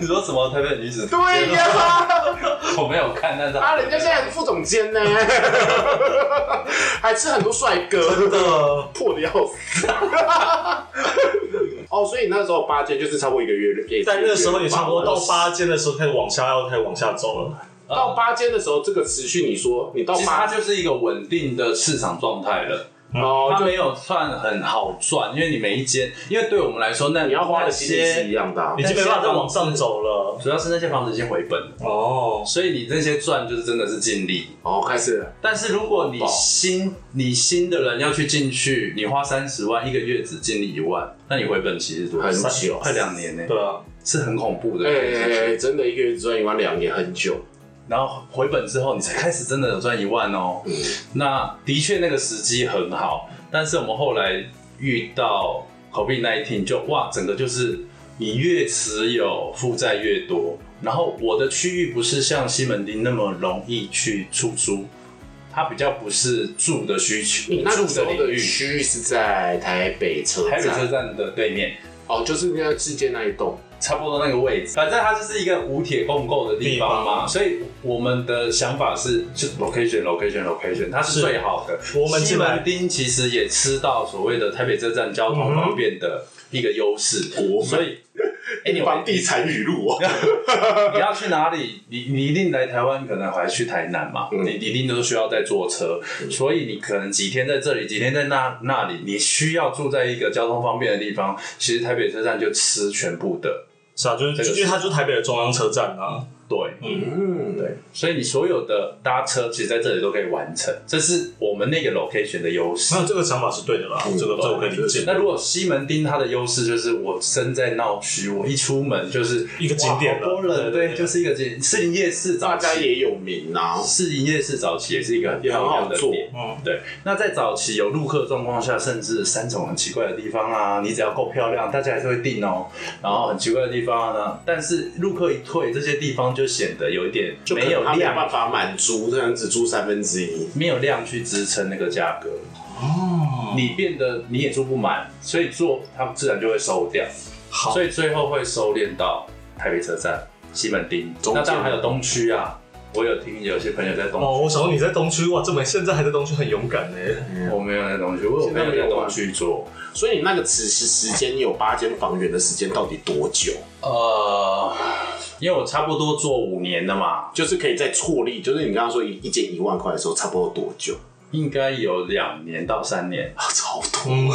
[SPEAKER 3] 你说什么台北女子？
[SPEAKER 1] 对呀，
[SPEAKER 3] 我没有看，但是
[SPEAKER 1] 啊，人家现在副总监呢， 还吃很多帅
[SPEAKER 2] 真
[SPEAKER 1] 哥，
[SPEAKER 2] 的。
[SPEAKER 1] 破的要死。 哦，所以那时候八间就是超过一个月，
[SPEAKER 2] 但那个时候也差不多到八
[SPEAKER 1] 间。
[SPEAKER 2] 间的时候开始往下，要开始往下走了。
[SPEAKER 1] 到八间的时候，这个持续你说你到
[SPEAKER 3] 其实
[SPEAKER 1] 八
[SPEAKER 3] 它就是一个稳定的市场状态了，
[SPEAKER 1] 哦，
[SPEAKER 3] 它
[SPEAKER 1] 就
[SPEAKER 3] 没有算很好赚，因为你每一间，因为对我们来说，那
[SPEAKER 1] 你要花的心力是一
[SPEAKER 3] 些，
[SPEAKER 1] 样的啊
[SPEAKER 2] 已。经没办法再往上走了。
[SPEAKER 3] 主要是那些房子已经回本了，
[SPEAKER 2] 哦，
[SPEAKER 3] 所以你这些赚就是真的是尽力。
[SPEAKER 1] 哦，开始了
[SPEAKER 3] 但是如果你新你新的人要去进去，你花三十万一个月只净利一万，那你回本其实多
[SPEAKER 1] 很
[SPEAKER 3] 少
[SPEAKER 1] 久
[SPEAKER 3] 快两年呢、
[SPEAKER 2] 对啊，
[SPEAKER 3] 是很恐怖的
[SPEAKER 1] 哎、
[SPEAKER 3] 一件事情。
[SPEAKER 1] 哎哎真的一个月只赚一万两也很久。
[SPEAKER 3] 然后回本之后，你才开始真的有赚一万哦。
[SPEAKER 1] 嗯
[SPEAKER 3] 那的确那个时机很好，但是我们后来遇到 COVID 1 9就哇，整个就是你越持有负债越多。然后我的区域不是像西门町那么容易去出租，它比较不是住的需求，
[SPEAKER 1] 你那个
[SPEAKER 3] 住
[SPEAKER 1] 时候
[SPEAKER 3] 领
[SPEAKER 1] 的
[SPEAKER 3] 域。
[SPEAKER 1] 区域是在台北车
[SPEAKER 3] 台北车
[SPEAKER 1] 站，
[SPEAKER 3] 站的对面，
[SPEAKER 1] 哦，就是那个世界那一栋。
[SPEAKER 3] 差不多那个位置。反正它就是一个无铁共构的地方
[SPEAKER 2] 地
[SPEAKER 3] 嘛，所以我们的想法是，就 location location location，它是
[SPEAKER 2] 是
[SPEAKER 3] 最好的。
[SPEAKER 2] 我们
[SPEAKER 3] 西
[SPEAKER 2] 进来
[SPEAKER 3] 门町其实也吃到所谓的台北车站交通方便的一个优势，
[SPEAKER 1] 国门
[SPEAKER 3] 所以。哎，你
[SPEAKER 1] 房地产语录哦，
[SPEAKER 3] 你要去哪里？你你一定来台湾，可能还去台南嘛？
[SPEAKER 1] 嗯
[SPEAKER 3] 你你一定都需要再坐车，所以你可能几天在这里，几天在那那里，你需要住在一个交通方便的地方。其实台北车站就吃全部的，
[SPEAKER 2] 是啊，就是
[SPEAKER 3] 这个是
[SPEAKER 2] 因为它就是台北的中央车站啊。
[SPEAKER 3] 对，
[SPEAKER 1] 嗯，对，
[SPEAKER 3] 所以你所有的搭车其实在这里都可以完成，这是我们那个 location 的优势。
[SPEAKER 2] 那这个想法是对的啦，这个这个我可以理解。
[SPEAKER 3] 那如果西门町它的优势就是我身在闹区，我一出门就是
[SPEAKER 2] 一个景点
[SPEAKER 3] 哇好多
[SPEAKER 2] 了
[SPEAKER 3] 人
[SPEAKER 2] 对对
[SPEAKER 3] 对，
[SPEAKER 2] 对
[SPEAKER 3] 就是一个景点。士林夜市
[SPEAKER 1] 大
[SPEAKER 3] 早
[SPEAKER 1] 家
[SPEAKER 3] 期，
[SPEAKER 1] 也有名啊，
[SPEAKER 3] 士林夜市早期也是一个很
[SPEAKER 1] 也很
[SPEAKER 3] 漂
[SPEAKER 1] 好
[SPEAKER 3] 亮的
[SPEAKER 1] 做
[SPEAKER 3] 点。
[SPEAKER 2] 嗯，
[SPEAKER 3] 对，那在早期有陆客状况下，甚至三种很奇怪的地方啊，你只要够漂亮，大家还是会订哦。然后很奇怪的地方呢，但是陆客一退，这些地方就显得有一点
[SPEAKER 1] 就可
[SPEAKER 3] 没有
[SPEAKER 1] 能他没有
[SPEAKER 3] 量
[SPEAKER 1] 办法满足，这样只租三分之一。
[SPEAKER 3] 没有量去支撑那个价格，
[SPEAKER 2] 哦，
[SPEAKER 3] 你变得你也做不满，所以做它自然就会收掉，
[SPEAKER 2] 好
[SPEAKER 3] 所以最后会收敛到台北车站、西门町，
[SPEAKER 1] 中间
[SPEAKER 3] 那当然还有东区啊。我有听有些朋友在东
[SPEAKER 2] 哦，我想说你在东区哇，这么现在还在东区很勇敢呢。
[SPEAKER 1] 嗯
[SPEAKER 3] 我没有在东区，我有
[SPEAKER 1] 现在
[SPEAKER 3] 朋友在
[SPEAKER 1] 哦没有啊
[SPEAKER 3] 东区做，
[SPEAKER 1] 所以你那个此时时间，你有八间房源的时间到底多久？
[SPEAKER 3] 呃，因为我差不多做五年的嘛，
[SPEAKER 1] 就是可以再错立，就是你刚刚说一一间一万块的时候，差不多多久？
[SPEAKER 3] 应该有两年到三年。
[SPEAKER 1] 啊，超多，
[SPEAKER 2] 嗯，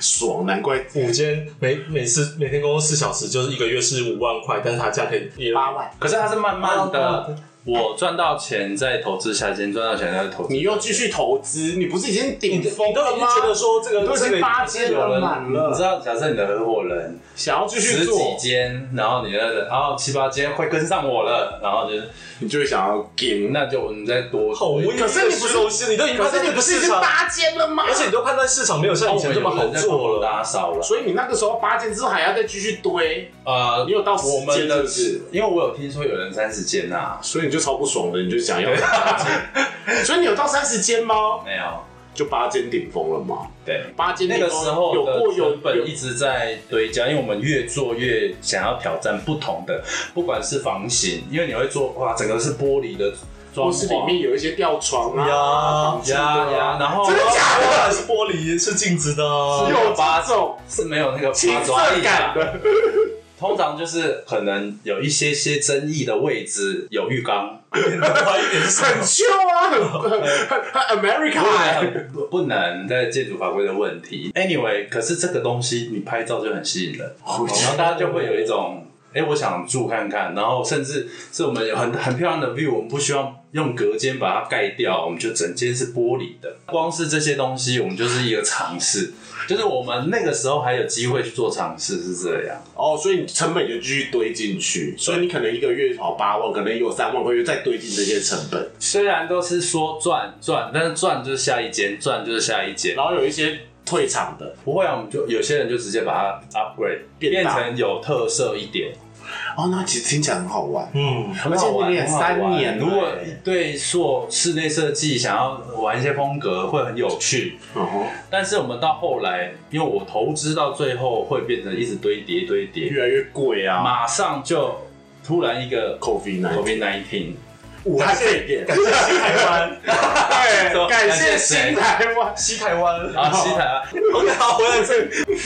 [SPEAKER 1] 爽，难怪
[SPEAKER 2] 五间每每次每天工作四小时，就是一个月是五万块，但是他这样可以也
[SPEAKER 1] 八万。
[SPEAKER 3] 可是它是慢慢的，我赚到钱再投资下线，赚到钱再投资。
[SPEAKER 1] 你又继续投资，你不是已经顶峰
[SPEAKER 2] 你都
[SPEAKER 1] 了
[SPEAKER 2] 已
[SPEAKER 1] 吗
[SPEAKER 2] 经？觉得说这个
[SPEAKER 1] 都已
[SPEAKER 2] 这个
[SPEAKER 1] 经八
[SPEAKER 2] 是
[SPEAKER 1] 间
[SPEAKER 2] 有
[SPEAKER 1] 了，
[SPEAKER 2] 人
[SPEAKER 1] 满
[SPEAKER 3] 你知
[SPEAKER 1] 了，
[SPEAKER 3] 道，假设你的合伙人
[SPEAKER 1] 想要继续
[SPEAKER 3] 十几
[SPEAKER 1] 做，
[SPEAKER 3] 间，然后你的然后七八间快跟上我了，然后就是
[SPEAKER 1] 你就会想要顶。
[SPEAKER 3] 那就你再多
[SPEAKER 2] 好无
[SPEAKER 3] 多一点
[SPEAKER 2] 语。
[SPEAKER 1] 可是你不是
[SPEAKER 2] 熟悉，你都已经
[SPEAKER 1] 可
[SPEAKER 2] 判
[SPEAKER 1] 是
[SPEAKER 2] 断
[SPEAKER 1] 你
[SPEAKER 2] 这
[SPEAKER 1] 不
[SPEAKER 2] 个
[SPEAKER 1] 是已
[SPEAKER 2] 市
[SPEAKER 1] 经哦
[SPEAKER 2] 场，
[SPEAKER 1] 八间了吗？
[SPEAKER 2] 而且你都判断市场没有像以前这么好做了。
[SPEAKER 3] 打扫了。
[SPEAKER 1] 所以你那个时候八间之后还要再继续堆，
[SPEAKER 3] 呃
[SPEAKER 1] 你，有到
[SPEAKER 3] 我
[SPEAKER 1] 十
[SPEAKER 3] 们
[SPEAKER 1] 间是
[SPEAKER 3] 的
[SPEAKER 1] 不是？
[SPEAKER 3] 因为我有听说有人三十间呐，
[SPEAKER 1] 所以你就超不爽的，你就想要八间。所以你有到三十间吗？
[SPEAKER 3] 没有。
[SPEAKER 1] 就八间顶峰了吗？
[SPEAKER 3] 对，
[SPEAKER 1] 八间
[SPEAKER 3] 那
[SPEAKER 1] 顶
[SPEAKER 3] 个
[SPEAKER 1] 峰
[SPEAKER 3] 时候
[SPEAKER 1] 有过
[SPEAKER 3] 的
[SPEAKER 1] 有
[SPEAKER 3] 成本一直在堆加，因为我们越做越想要挑战不同的，不管是房型，因为你会做哇，整个是玻璃的装
[SPEAKER 1] 卧室里面
[SPEAKER 3] 潢。
[SPEAKER 1] 有一些吊床啊，
[SPEAKER 2] 呀
[SPEAKER 1] 房子啊
[SPEAKER 3] 呀呀，然后
[SPEAKER 1] 真的假的？
[SPEAKER 2] 它是玻璃，是镜子的啊。
[SPEAKER 3] 是
[SPEAKER 1] 有八种
[SPEAKER 3] 是没有那个
[SPEAKER 1] 青
[SPEAKER 3] 八
[SPEAKER 1] 涩
[SPEAKER 3] 爪力
[SPEAKER 1] 感
[SPEAKER 3] 的。
[SPEAKER 1] 的，
[SPEAKER 3] 通常就是可能有一些些争议的位置有浴缸，
[SPEAKER 2] 怀疑点是什
[SPEAKER 1] 很
[SPEAKER 2] 么？
[SPEAKER 1] 秀啊，很很很 America 欸
[SPEAKER 3] 不不能在建筑法规的问题。Anyway，可是这个东西你拍照就很吸引人，然后大家就会有一种。哎、我想住看看，然后甚至是我们有很很漂亮的 view，我们不希望用隔间把它盖掉，我们就整间是玻璃的。光是这些东西，我们就是一个尝试，就是我们那个时候还有机会去做尝试，是这样。
[SPEAKER 1] 哦，所以你成本就继续堆进去，所以你可能一个月跑八万，可能有三万个月再堆进这些成本，
[SPEAKER 3] 虽然都是说赚赚，但是赚就是下一间，赚就是下一间。
[SPEAKER 1] 然后有一些退场的
[SPEAKER 3] 不会啊，我们就有些人就直接把它 upgrade
[SPEAKER 1] 变
[SPEAKER 3] 变
[SPEAKER 1] 大
[SPEAKER 3] 成有特色一点，
[SPEAKER 1] 哦，那其实听起来很好玩。
[SPEAKER 2] 嗯，
[SPEAKER 1] 而且你也
[SPEAKER 3] 很好玩
[SPEAKER 1] 三年了哎
[SPEAKER 3] 如果对做室内设计想要玩一些风格，会很有趣。
[SPEAKER 1] 哦，
[SPEAKER 3] 但是我们到后来，因为我投资到最后会变成一直堆叠堆叠，
[SPEAKER 1] 越来越贵啊
[SPEAKER 3] 马上就突然一个
[SPEAKER 1] ，COVID 奶
[SPEAKER 3] COVID 1 9
[SPEAKER 1] 武汉肺炎，
[SPEAKER 2] 感谢 西台湾，
[SPEAKER 1] 对，哎感谢
[SPEAKER 3] 感谢
[SPEAKER 1] 新
[SPEAKER 3] 谁
[SPEAKER 1] 台湾，
[SPEAKER 2] 西台湾
[SPEAKER 3] 啊，西台湾
[SPEAKER 2] OK，好， 回来这里。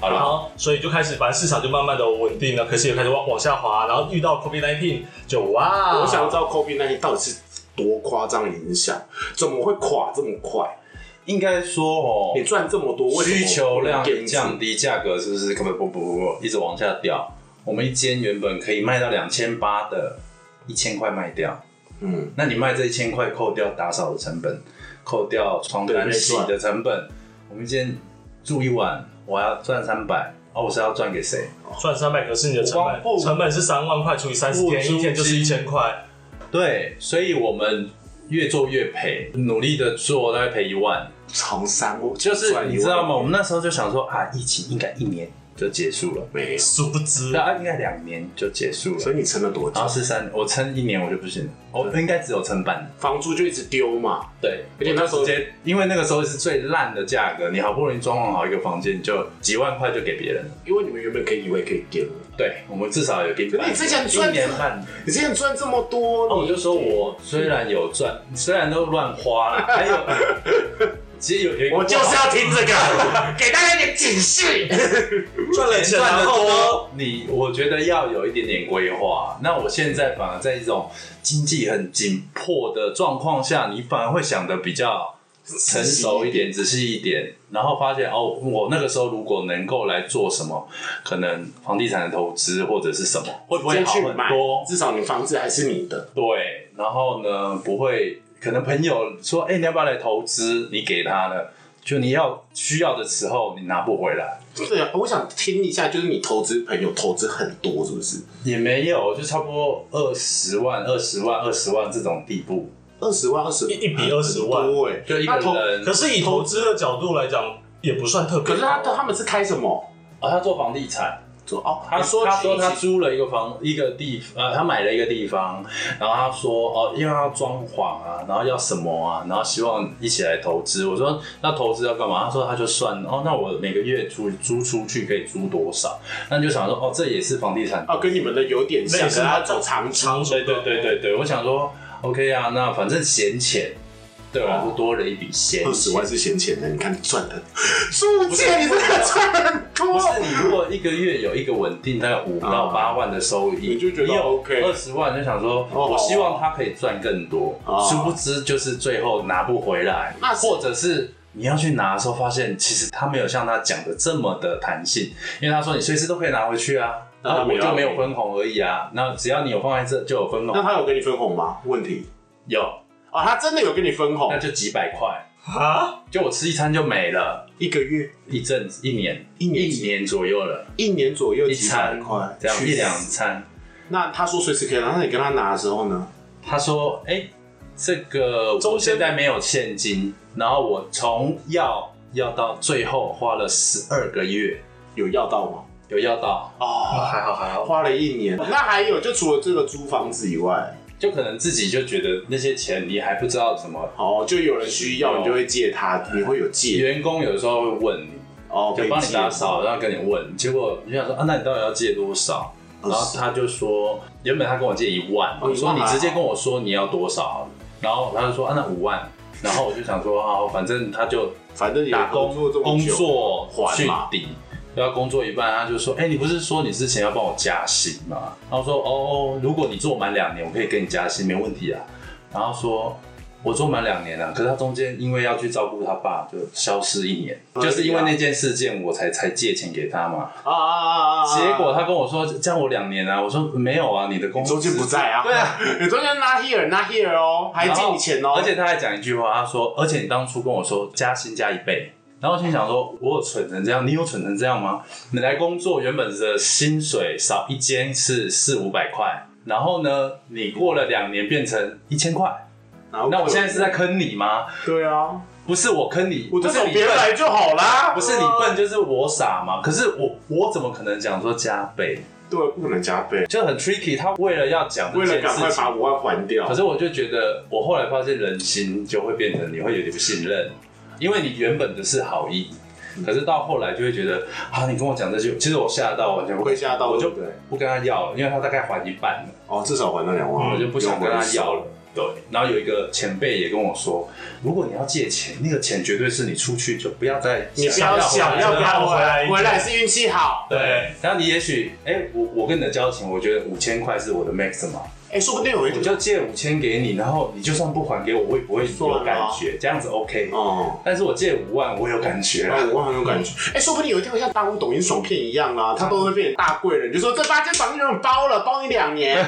[SPEAKER 3] 好
[SPEAKER 2] 然
[SPEAKER 3] 了，
[SPEAKER 2] 后，所以就开始，反正市场就慢慢的稳定了，可是也开始往往下滑。然后遇到 COVID 1 9就哇，
[SPEAKER 1] 我想知道 COVID 那到底是多夸张的影响，怎么会垮这么快？
[SPEAKER 3] 应该说哦，
[SPEAKER 1] 你赚这么多，为什么
[SPEAKER 3] 需求量
[SPEAKER 1] 不能
[SPEAKER 3] 降
[SPEAKER 1] 低？
[SPEAKER 3] 低，价格是不是根本不不不不一直往下掉？我们一间原本可以卖到两千八的，一千块卖掉，
[SPEAKER 1] 嗯，
[SPEAKER 3] 那你卖这一千块，扣掉打扫的成本，扣掉床单洗的成本，我们一间住一晚，我要赚三百，哦，我是要赚给谁？
[SPEAKER 2] 赚三百，可是你的成
[SPEAKER 3] 我光付
[SPEAKER 2] 本成本是三万块除以三十
[SPEAKER 3] 付
[SPEAKER 2] 天，
[SPEAKER 3] 租金
[SPEAKER 2] 一天就是一千块。
[SPEAKER 3] 对，所以我们越做越赔，努力的做，大概赔一万，
[SPEAKER 1] 从三我
[SPEAKER 3] 就是你知道吗？我们那时候就想说啊，疫情应该一年就结束了，
[SPEAKER 1] 没有，
[SPEAKER 2] 殊不知，
[SPEAKER 3] 那应该两年就结束了，
[SPEAKER 1] 所以你撑了多久
[SPEAKER 3] 然？后是三，我撑一年我就不行了，我应该只有撑半年。
[SPEAKER 1] 房租就一直丢嘛，
[SPEAKER 3] 对，
[SPEAKER 1] 而且那时候
[SPEAKER 3] 直接，因为那个时候是最烂的价格，你好不容易装潢好一个房间，你就几万块就给别人了。
[SPEAKER 1] 因为你们原本可以以为可以丢，
[SPEAKER 3] 对，我们至少有给
[SPEAKER 1] 可是你之前
[SPEAKER 3] 一
[SPEAKER 1] 赚
[SPEAKER 3] 年半。
[SPEAKER 1] 你之前赚这么多，
[SPEAKER 3] 那我就说我虽然有赚，虽然都乱花了，还有， 其实有有一个
[SPEAKER 1] 我就是要听这个， 给大家一点警示。
[SPEAKER 2] 赚了钱，
[SPEAKER 3] 赚
[SPEAKER 2] 然
[SPEAKER 3] 的
[SPEAKER 2] 后呢？
[SPEAKER 3] 多，你我觉得要有一点点规划。那我现在反而在一种经济很紧迫的状况下，你反而会想的比较成熟一点、仔细一点，然后发现哦，我那个时候如果能够来做什么，可能房地产的投资或者是什么，会不会
[SPEAKER 1] 先
[SPEAKER 3] 好
[SPEAKER 1] 去
[SPEAKER 3] 很
[SPEAKER 1] 买
[SPEAKER 3] 多，？
[SPEAKER 1] 至少你房子还是你的。
[SPEAKER 3] 对，然后呢，不会，可能朋友说，哎、你要不要来投资？你给他了，就你要需要的时候，你拿不回来。
[SPEAKER 1] 对啊，我想听一下，就是你投资朋友投资很多，是不是？
[SPEAKER 3] 也没有，就差不多二十万、二十万、二十万这种地步。
[SPEAKER 1] 二十万，二十
[SPEAKER 2] 一一笔20万
[SPEAKER 1] 很多哎，
[SPEAKER 3] 就一个
[SPEAKER 1] 他投。
[SPEAKER 3] 人，
[SPEAKER 2] 可是以投资的角度来讲，也不算特别。
[SPEAKER 1] 可是他他们是开什么？
[SPEAKER 3] 哦，他做房地产，
[SPEAKER 1] 做哦，
[SPEAKER 3] 他
[SPEAKER 1] 你
[SPEAKER 3] 说他说他
[SPEAKER 1] 起
[SPEAKER 3] 租了一个房一个地呃，他买了一个地方，然后他说哦，因为他要装潢啊，然后要什么啊，然后希望一起来投资。我说那投资要干嘛？他说他就算哦，那我每个月租租出去可以租多少？那你就想说哦，这也是房地产
[SPEAKER 1] 哦，跟你们的有点像，
[SPEAKER 2] 类
[SPEAKER 1] 可
[SPEAKER 2] 似
[SPEAKER 1] 是他走长租
[SPEAKER 2] 长
[SPEAKER 3] 对对对对对，我想说 OK 啊，那反正闲钱对我来说多了一笔闲钱。
[SPEAKER 1] 二十万是闲钱的，你看你赚的，租借你真的赚很
[SPEAKER 3] 不
[SPEAKER 1] 多，
[SPEAKER 3] 是你如果一个月有一个稳定大概五到八万的收益，
[SPEAKER 1] 你就觉得 OK
[SPEAKER 3] 二十万就想说，
[SPEAKER 1] 哦
[SPEAKER 3] 我希望他可以赚更多
[SPEAKER 1] 哦，
[SPEAKER 3] 殊不知就是最后拿不回来
[SPEAKER 1] 那，是
[SPEAKER 3] 或者是。你要去拿的时候，发现其实他没有像他讲的这么的弹性，因为他说你随时都可以拿回去啊，那
[SPEAKER 1] 他没
[SPEAKER 3] 我
[SPEAKER 1] 有
[SPEAKER 3] 就
[SPEAKER 1] 要
[SPEAKER 3] 没有
[SPEAKER 1] 给
[SPEAKER 3] 分红而已啊。那只要你有放在这，就有分
[SPEAKER 1] 那
[SPEAKER 3] 红。
[SPEAKER 1] 他有跟你分红吗？问题
[SPEAKER 3] 有，
[SPEAKER 1] 啊、他真的有跟你分红
[SPEAKER 3] 那，就几百块，
[SPEAKER 2] 啊，
[SPEAKER 3] 就我吃一餐就没了，
[SPEAKER 1] 一个月、
[SPEAKER 3] 一阵子、一年、
[SPEAKER 1] 一年
[SPEAKER 3] 一年左右了，
[SPEAKER 1] 一年左右
[SPEAKER 3] 一
[SPEAKER 1] 几百
[SPEAKER 3] 餐
[SPEAKER 1] 块，
[SPEAKER 3] 这样
[SPEAKER 1] 去
[SPEAKER 3] 一两餐。
[SPEAKER 1] 那他说随时可以拿，那你跟他拿的时候呢？
[SPEAKER 3] 他说：“哎、这个
[SPEAKER 2] 中
[SPEAKER 3] 我
[SPEAKER 2] 间
[SPEAKER 3] 现在没有现金，然后我从要要到最后花了十二个月，
[SPEAKER 1] 有要到吗？
[SPEAKER 3] 有要到，
[SPEAKER 1] 哦，
[SPEAKER 2] 还好还好，
[SPEAKER 1] 花了一年。那还有，就除了这个租房子以外，
[SPEAKER 3] 就可能自己就觉得那些钱你还不知道怎么。
[SPEAKER 1] 哦，就有人需要，你就会借他，你会有借
[SPEAKER 3] 员工有时候会问你，
[SPEAKER 1] 哦，可
[SPEAKER 3] 就
[SPEAKER 1] 以
[SPEAKER 3] 帮你
[SPEAKER 1] 借
[SPEAKER 3] 打扫，然后跟你问，结果你想说啊，那你到底要借多少？
[SPEAKER 1] 哦
[SPEAKER 3] 然后他就说，原本他跟我借一万，
[SPEAKER 1] 哦
[SPEAKER 3] 我说
[SPEAKER 1] 一万
[SPEAKER 3] 你
[SPEAKER 1] 啊
[SPEAKER 3] 直接跟我说你要多少好了，然后他就说啊，那五万。然后我就想说，好，反正他就
[SPEAKER 1] 反正也
[SPEAKER 3] 打工
[SPEAKER 1] 工作这么
[SPEAKER 3] 工
[SPEAKER 1] 久，
[SPEAKER 3] 作
[SPEAKER 1] 还
[SPEAKER 3] 去
[SPEAKER 1] 嘛
[SPEAKER 3] 顶，要工作一半，他就说，哎、你不是说你之前要帮我加薪吗？然后说，哦，如果你做满两年，我可以给你加薪，没问题啊。然后说。我做满两年了、可是他中间因为要去照顾他爸，就消失一年，
[SPEAKER 1] 合理啊
[SPEAKER 3] 就是因为那件事件，我才才借钱给他嘛。
[SPEAKER 1] 啊啊啊啊！啊
[SPEAKER 3] 结果他跟我说，这样我两年啊，我说没有啊，你的工
[SPEAKER 1] 你
[SPEAKER 3] 资
[SPEAKER 1] 中间不在啊，
[SPEAKER 3] 对啊，
[SPEAKER 1] 你中间 not here not here 哦，还
[SPEAKER 3] 然
[SPEAKER 1] 借
[SPEAKER 3] 后
[SPEAKER 1] 你钱哦，
[SPEAKER 3] 而且他还讲一句话，他说：“而且你当初跟我说加薪加一倍。”然后我心想说：“我有蠢成这样，你有蠢成这样吗？你来工作原本的薪水少一间是四五百块，然后呢，你过了两年变成一千块，那我现在是在坑你吗？
[SPEAKER 1] 对啊，
[SPEAKER 3] 不是我坑你，
[SPEAKER 1] 我
[SPEAKER 3] 不
[SPEAKER 1] 就是找
[SPEAKER 3] 你
[SPEAKER 1] 别人
[SPEAKER 3] 笨
[SPEAKER 1] 来就好啦
[SPEAKER 3] 不。是你笨就是我傻嘛。可是我我怎么可能讲说加倍？
[SPEAKER 1] 对，不可能加倍，
[SPEAKER 3] 就很 tricky。他为了要讲这
[SPEAKER 1] 为了
[SPEAKER 3] 件
[SPEAKER 1] 赶快
[SPEAKER 3] 事情
[SPEAKER 1] 把。”五万还掉
[SPEAKER 3] 可，是我就觉得，我后来发现人心就会变成你会有点不信任，因为你原本的是好意，可是到后来就会觉得啊，你跟我讲这句，其实我吓到完全不
[SPEAKER 1] 会吓到
[SPEAKER 3] 我
[SPEAKER 1] 对
[SPEAKER 3] 就
[SPEAKER 1] 不对
[SPEAKER 3] 不跟他要了，因为他大概还一半了，
[SPEAKER 1] 哦，至少还到两万，
[SPEAKER 3] 我就不想跟他要了。对，然后有一个前辈也跟我说，如果你要借钱，那个钱绝对是你出去就不要再
[SPEAKER 1] 你不要想要
[SPEAKER 2] 要
[SPEAKER 1] 不
[SPEAKER 2] 不
[SPEAKER 1] 要
[SPEAKER 2] 要
[SPEAKER 1] 回
[SPEAKER 2] 回
[SPEAKER 1] 来，
[SPEAKER 2] 来
[SPEAKER 1] 回来是运气好。
[SPEAKER 3] 对，然后你也许，哎、我我跟你的交情，我觉得五千块是我的 max 嘛，
[SPEAKER 1] 哎，说不定有一
[SPEAKER 3] 我
[SPEAKER 1] 天
[SPEAKER 3] 就借五千给你，然后你就算不还给我，我也不会
[SPEAKER 1] 算了啊
[SPEAKER 3] 有感觉，这样子 OK。
[SPEAKER 1] 哦。
[SPEAKER 3] 但是我借五万，我有感觉啊
[SPEAKER 1] 啊，我很有感觉。哎、说不定有一天会像大陆抖音爽片一样啊，他都会变成大贵人，就说这八间房有人包了，包你两 年，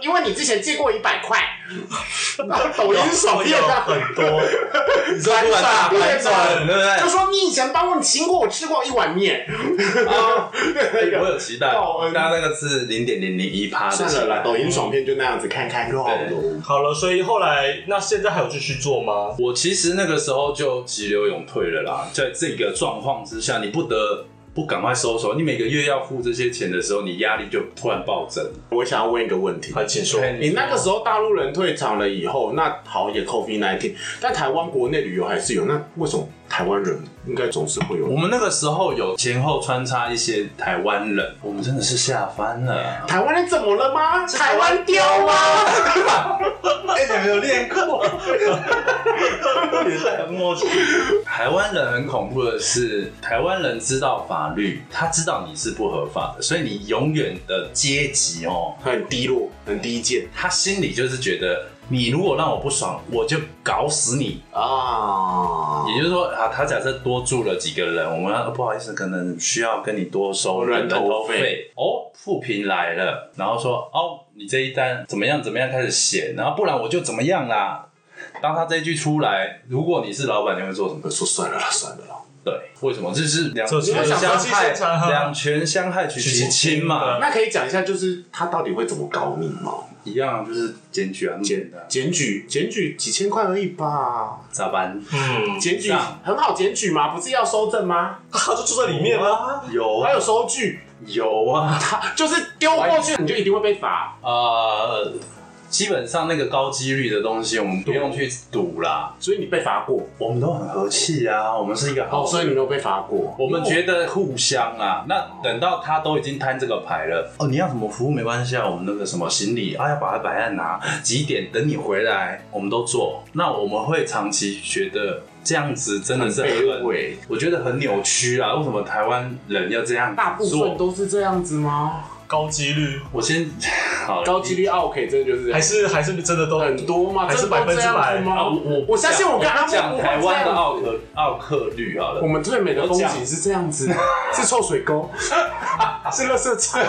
[SPEAKER 1] 因为你之前借过一百块。然后抖音爽片
[SPEAKER 2] 有
[SPEAKER 1] 啊，
[SPEAKER 2] 很多，
[SPEAKER 3] 你说不管大反转，对不
[SPEAKER 1] 就
[SPEAKER 3] 对？
[SPEAKER 1] 说你以前帮我请过我吃过一碗 面，
[SPEAKER 3] 哎我有期待
[SPEAKER 1] 报恩，
[SPEAKER 3] 那那个是零点零零一趴的期待。
[SPEAKER 1] 算了啦，抖音爽片就那样子看看就好了。
[SPEAKER 2] 好了，所以后来那现在还有继续做吗？
[SPEAKER 3] 我其实那个时候就急流勇退了啦，在这个状况之下，你不得不赶快收手。你每个月要付这些钱的时候，你压力就突然暴增。
[SPEAKER 1] 我想要问一个问题。
[SPEAKER 2] 还请说。
[SPEAKER 1] 你那个时候大陆人退场了以后，那好也 COVID 1 9但台湾国内旅游还是有，那为什么台湾人应该总是会有
[SPEAKER 3] 我们那个时候有前后穿插一些台湾人，我们真的是吓翻了。
[SPEAKER 1] 台湾人怎么了吗？台湾丢吗？
[SPEAKER 3] 哎、你没有练过？默契。 台湾人很恐怖的是，台湾人知道法律，他知道你是不合法的，所以你永远的阶级哦，
[SPEAKER 1] 很低落，很低贱
[SPEAKER 3] 他心里就是觉得你如果让我不爽，我就搞死你。
[SPEAKER 1] 啊！
[SPEAKER 3] 也就是说啊，他假设多住了几个人，我们要不好意思，可能需要跟你多收
[SPEAKER 1] 人头费
[SPEAKER 3] 费。哦，富平来了，然后说哦，你这一单怎么样怎么样开始写，然后不然我就怎么样啦。当他这一句出来，如果你是老板，你会做什么？
[SPEAKER 1] 我说算了啦，算了啦。
[SPEAKER 3] 对，为什么？这是两
[SPEAKER 2] 这是
[SPEAKER 3] 权相
[SPEAKER 2] 想法是
[SPEAKER 3] 害
[SPEAKER 2] 正常，啊
[SPEAKER 3] 两权相害取其轻嘛，
[SPEAKER 1] 那可以讲一下，就是他到底会怎么搞你吗？
[SPEAKER 3] 一样就是检举啊，很简单，
[SPEAKER 1] 检举，检举几千块而已吧。
[SPEAKER 3] 咋办？
[SPEAKER 2] 嗯，
[SPEAKER 1] 检举
[SPEAKER 3] 这样
[SPEAKER 1] 很好检举吗？不是要收证吗？
[SPEAKER 2] 他就住在里面吗？
[SPEAKER 3] 有
[SPEAKER 1] 还
[SPEAKER 3] 啊
[SPEAKER 1] 有收据，
[SPEAKER 3] 有啊，
[SPEAKER 1] 他就是丢过去你就一定会被罚。
[SPEAKER 3] 呃，基本上那个高几率的东西，我们不用去赌啦。
[SPEAKER 1] 所以你被罚过，
[SPEAKER 3] 我们都很和气啊，我们是一个好
[SPEAKER 1] 哦，。所以你没有被罚过。
[SPEAKER 3] 我们觉得互相啊，那等到他都已经摊这个牌了，哦，你要什么服务没关系啊，我们那个什么行李啊，要把它摆在哪，几点等你回来，我们都做。那我们会长期觉得这样子真的是
[SPEAKER 1] 很卑
[SPEAKER 3] 很
[SPEAKER 1] 微，
[SPEAKER 3] 我觉得很扭曲啊，为什么台湾人要这样
[SPEAKER 1] 大部分
[SPEAKER 3] 做？
[SPEAKER 1] 都是这样子吗？
[SPEAKER 2] 高几率
[SPEAKER 3] 我先 好
[SPEAKER 1] 高几率啊 OK，真的就是这
[SPEAKER 2] 还
[SPEAKER 1] 样
[SPEAKER 2] 是还是真的都
[SPEAKER 1] 很多吗？
[SPEAKER 2] 还是
[SPEAKER 1] 真的都
[SPEAKER 2] 百分之
[SPEAKER 1] 这样子
[SPEAKER 2] 百
[SPEAKER 1] 吗？
[SPEAKER 3] 啊我
[SPEAKER 1] 我相信我跟阿木
[SPEAKER 3] 讲
[SPEAKER 1] 不会
[SPEAKER 3] 台湾
[SPEAKER 1] 这
[SPEAKER 3] 的
[SPEAKER 1] 样
[SPEAKER 3] 奥
[SPEAKER 1] 子
[SPEAKER 3] 克奥克率好
[SPEAKER 1] 我
[SPEAKER 3] 了，
[SPEAKER 1] 们最美的风
[SPEAKER 3] 我
[SPEAKER 1] 景
[SPEAKER 3] 讲
[SPEAKER 1] 是这样子，是臭水沟，是垃圾车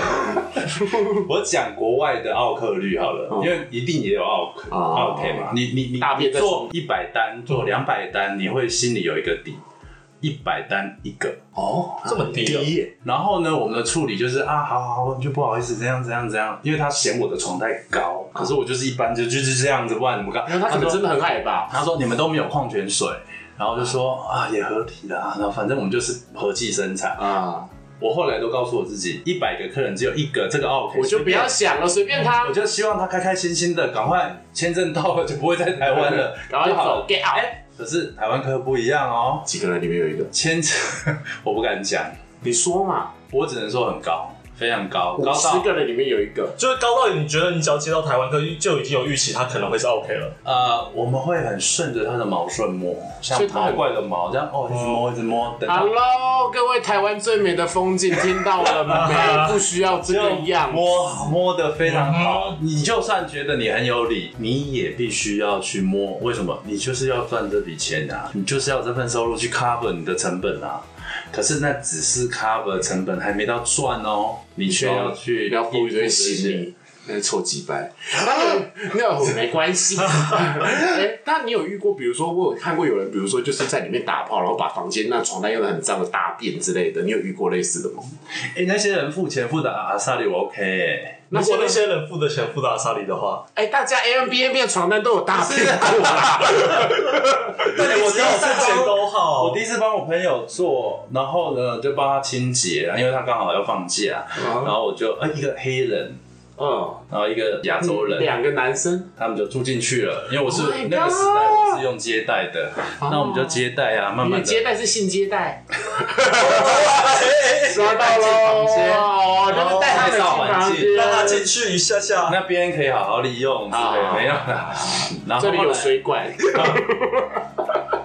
[SPEAKER 3] 我讲国外的奥克率好了
[SPEAKER 1] 嗯，
[SPEAKER 3] 因为一定也有奥克
[SPEAKER 1] 哦
[SPEAKER 3] 奥 K 嘛，你你你
[SPEAKER 1] 大便
[SPEAKER 3] 你
[SPEAKER 1] 在
[SPEAKER 3] 做一百单，做两百单，你会心里有一个底，一百单一个。
[SPEAKER 1] 哦，
[SPEAKER 2] 这么低哦
[SPEAKER 1] 低耶
[SPEAKER 3] 然后呢，我们的处理就是啊，好好好，就不好意思，这样这样这样，因为他嫌我的床太
[SPEAKER 1] 哦
[SPEAKER 3] 高，可是我就是一般就就是这样子，不然怎么干？
[SPEAKER 1] 因为他可能真的很矮吧？
[SPEAKER 3] 他说你们都没有矿泉水，然后就说啊也合理啦，然后反正我们就是和气生财。
[SPEAKER 1] 啊，
[SPEAKER 3] 我后来都告诉我自己，一百个客人只有一个这个 OK，
[SPEAKER 1] 我就不要
[SPEAKER 3] 随
[SPEAKER 1] 想了，随便
[SPEAKER 3] 便
[SPEAKER 1] 他
[SPEAKER 3] 我，就希望他开开心心的，赶快签证到了就不会在台 湾了，
[SPEAKER 1] 然后
[SPEAKER 3] 就
[SPEAKER 1] 就
[SPEAKER 3] 好
[SPEAKER 1] 走
[SPEAKER 3] 了。
[SPEAKER 1] get out。
[SPEAKER 3] 可是台湾客不一样哦，
[SPEAKER 1] 几个人里面有一个，
[SPEAKER 3] 签证我不敢讲，
[SPEAKER 1] 你说嘛？
[SPEAKER 3] 我只能说很高，非常高，
[SPEAKER 1] 五
[SPEAKER 3] 高
[SPEAKER 1] 十
[SPEAKER 3] 到
[SPEAKER 1] 个人里面有一个，
[SPEAKER 2] 就是高到你觉得你只要接到台湾客，就已经有预期他可能会是 OK 了。
[SPEAKER 3] 呃，我们会很顺着它的毛顺摸，像
[SPEAKER 1] 所以它
[SPEAKER 3] 毛
[SPEAKER 1] 很
[SPEAKER 3] 怪的毛这样哦，一直摸一直摸，等它
[SPEAKER 1] Hello，各位台湾最美的风景，听到了没？不需要这个样嗯子。
[SPEAKER 3] 摸摸的非常好。你就算觉得你很有理，你也必须要去摸。为什么？你就是要赚这笔钱啊，你就是要这份收入去 cover 你的成本啊。可是那只是 cover 成本，还没到赚哦，你却要去
[SPEAKER 1] 不要
[SPEAKER 3] 付
[SPEAKER 1] 付一堆行李，那臭鸡掰。那我没关 系。哎，那你有遇过，比如说我有看过有人，比如说就是在里面打炮，然后把房间那床单用的很脏的大便之类的，你有遇过类似的吗？
[SPEAKER 3] 哎、那些人付钱付的阿萨里我 OK，、欸、
[SPEAKER 2] 如
[SPEAKER 1] 些
[SPEAKER 2] 果那些人付的钱付到阿萨里的话，
[SPEAKER 1] 哎，大家 a m b n b 的床单都有大便过啊啦。
[SPEAKER 3] 对
[SPEAKER 2] 我只要付钱都好
[SPEAKER 3] 我。第一次帮我朋友做，然后呢就帮他清洁，啊因为他刚好要放假，
[SPEAKER 1] 啊
[SPEAKER 3] 然后我就呃一个黑人，
[SPEAKER 1] 嗯，
[SPEAKER 3] 然后一个亚洲人，
[SPEAKER 1] 两个男生，
[SPEAKER 3] 他们就住进去了，因为我是
[SPEAKER 1] Oh my
[SPEAKER 3] 那个时代
[SPEAKER 1] God
[SPEAKER 3] 我是用接待的，那我们就接待啊，慢
[SPEAKER 1] 你的
[SPEAKER 3] 慢的
[SPEAKER 1] 接待是性接待，
[SPEAKER 3] 刷
[SPEAKER 1] 带进房间，哦，就是带他们进
[SPEAKER 3] 环
[SPEAKER 1] 房
[SPEAKER 3] 境
[SPEAKER 1] 间，
[SPEAKER 2] 让他进去一下下，
[SPEAKER 3] 那边可以好好利用之类的，
[SPEAKER 1] 啊
[SPEAKER 3] 没有啦。然后
[SPEAKER 1] 这里有
[SPEAKER 3] 后来
[SPEAKER 1] 水 管，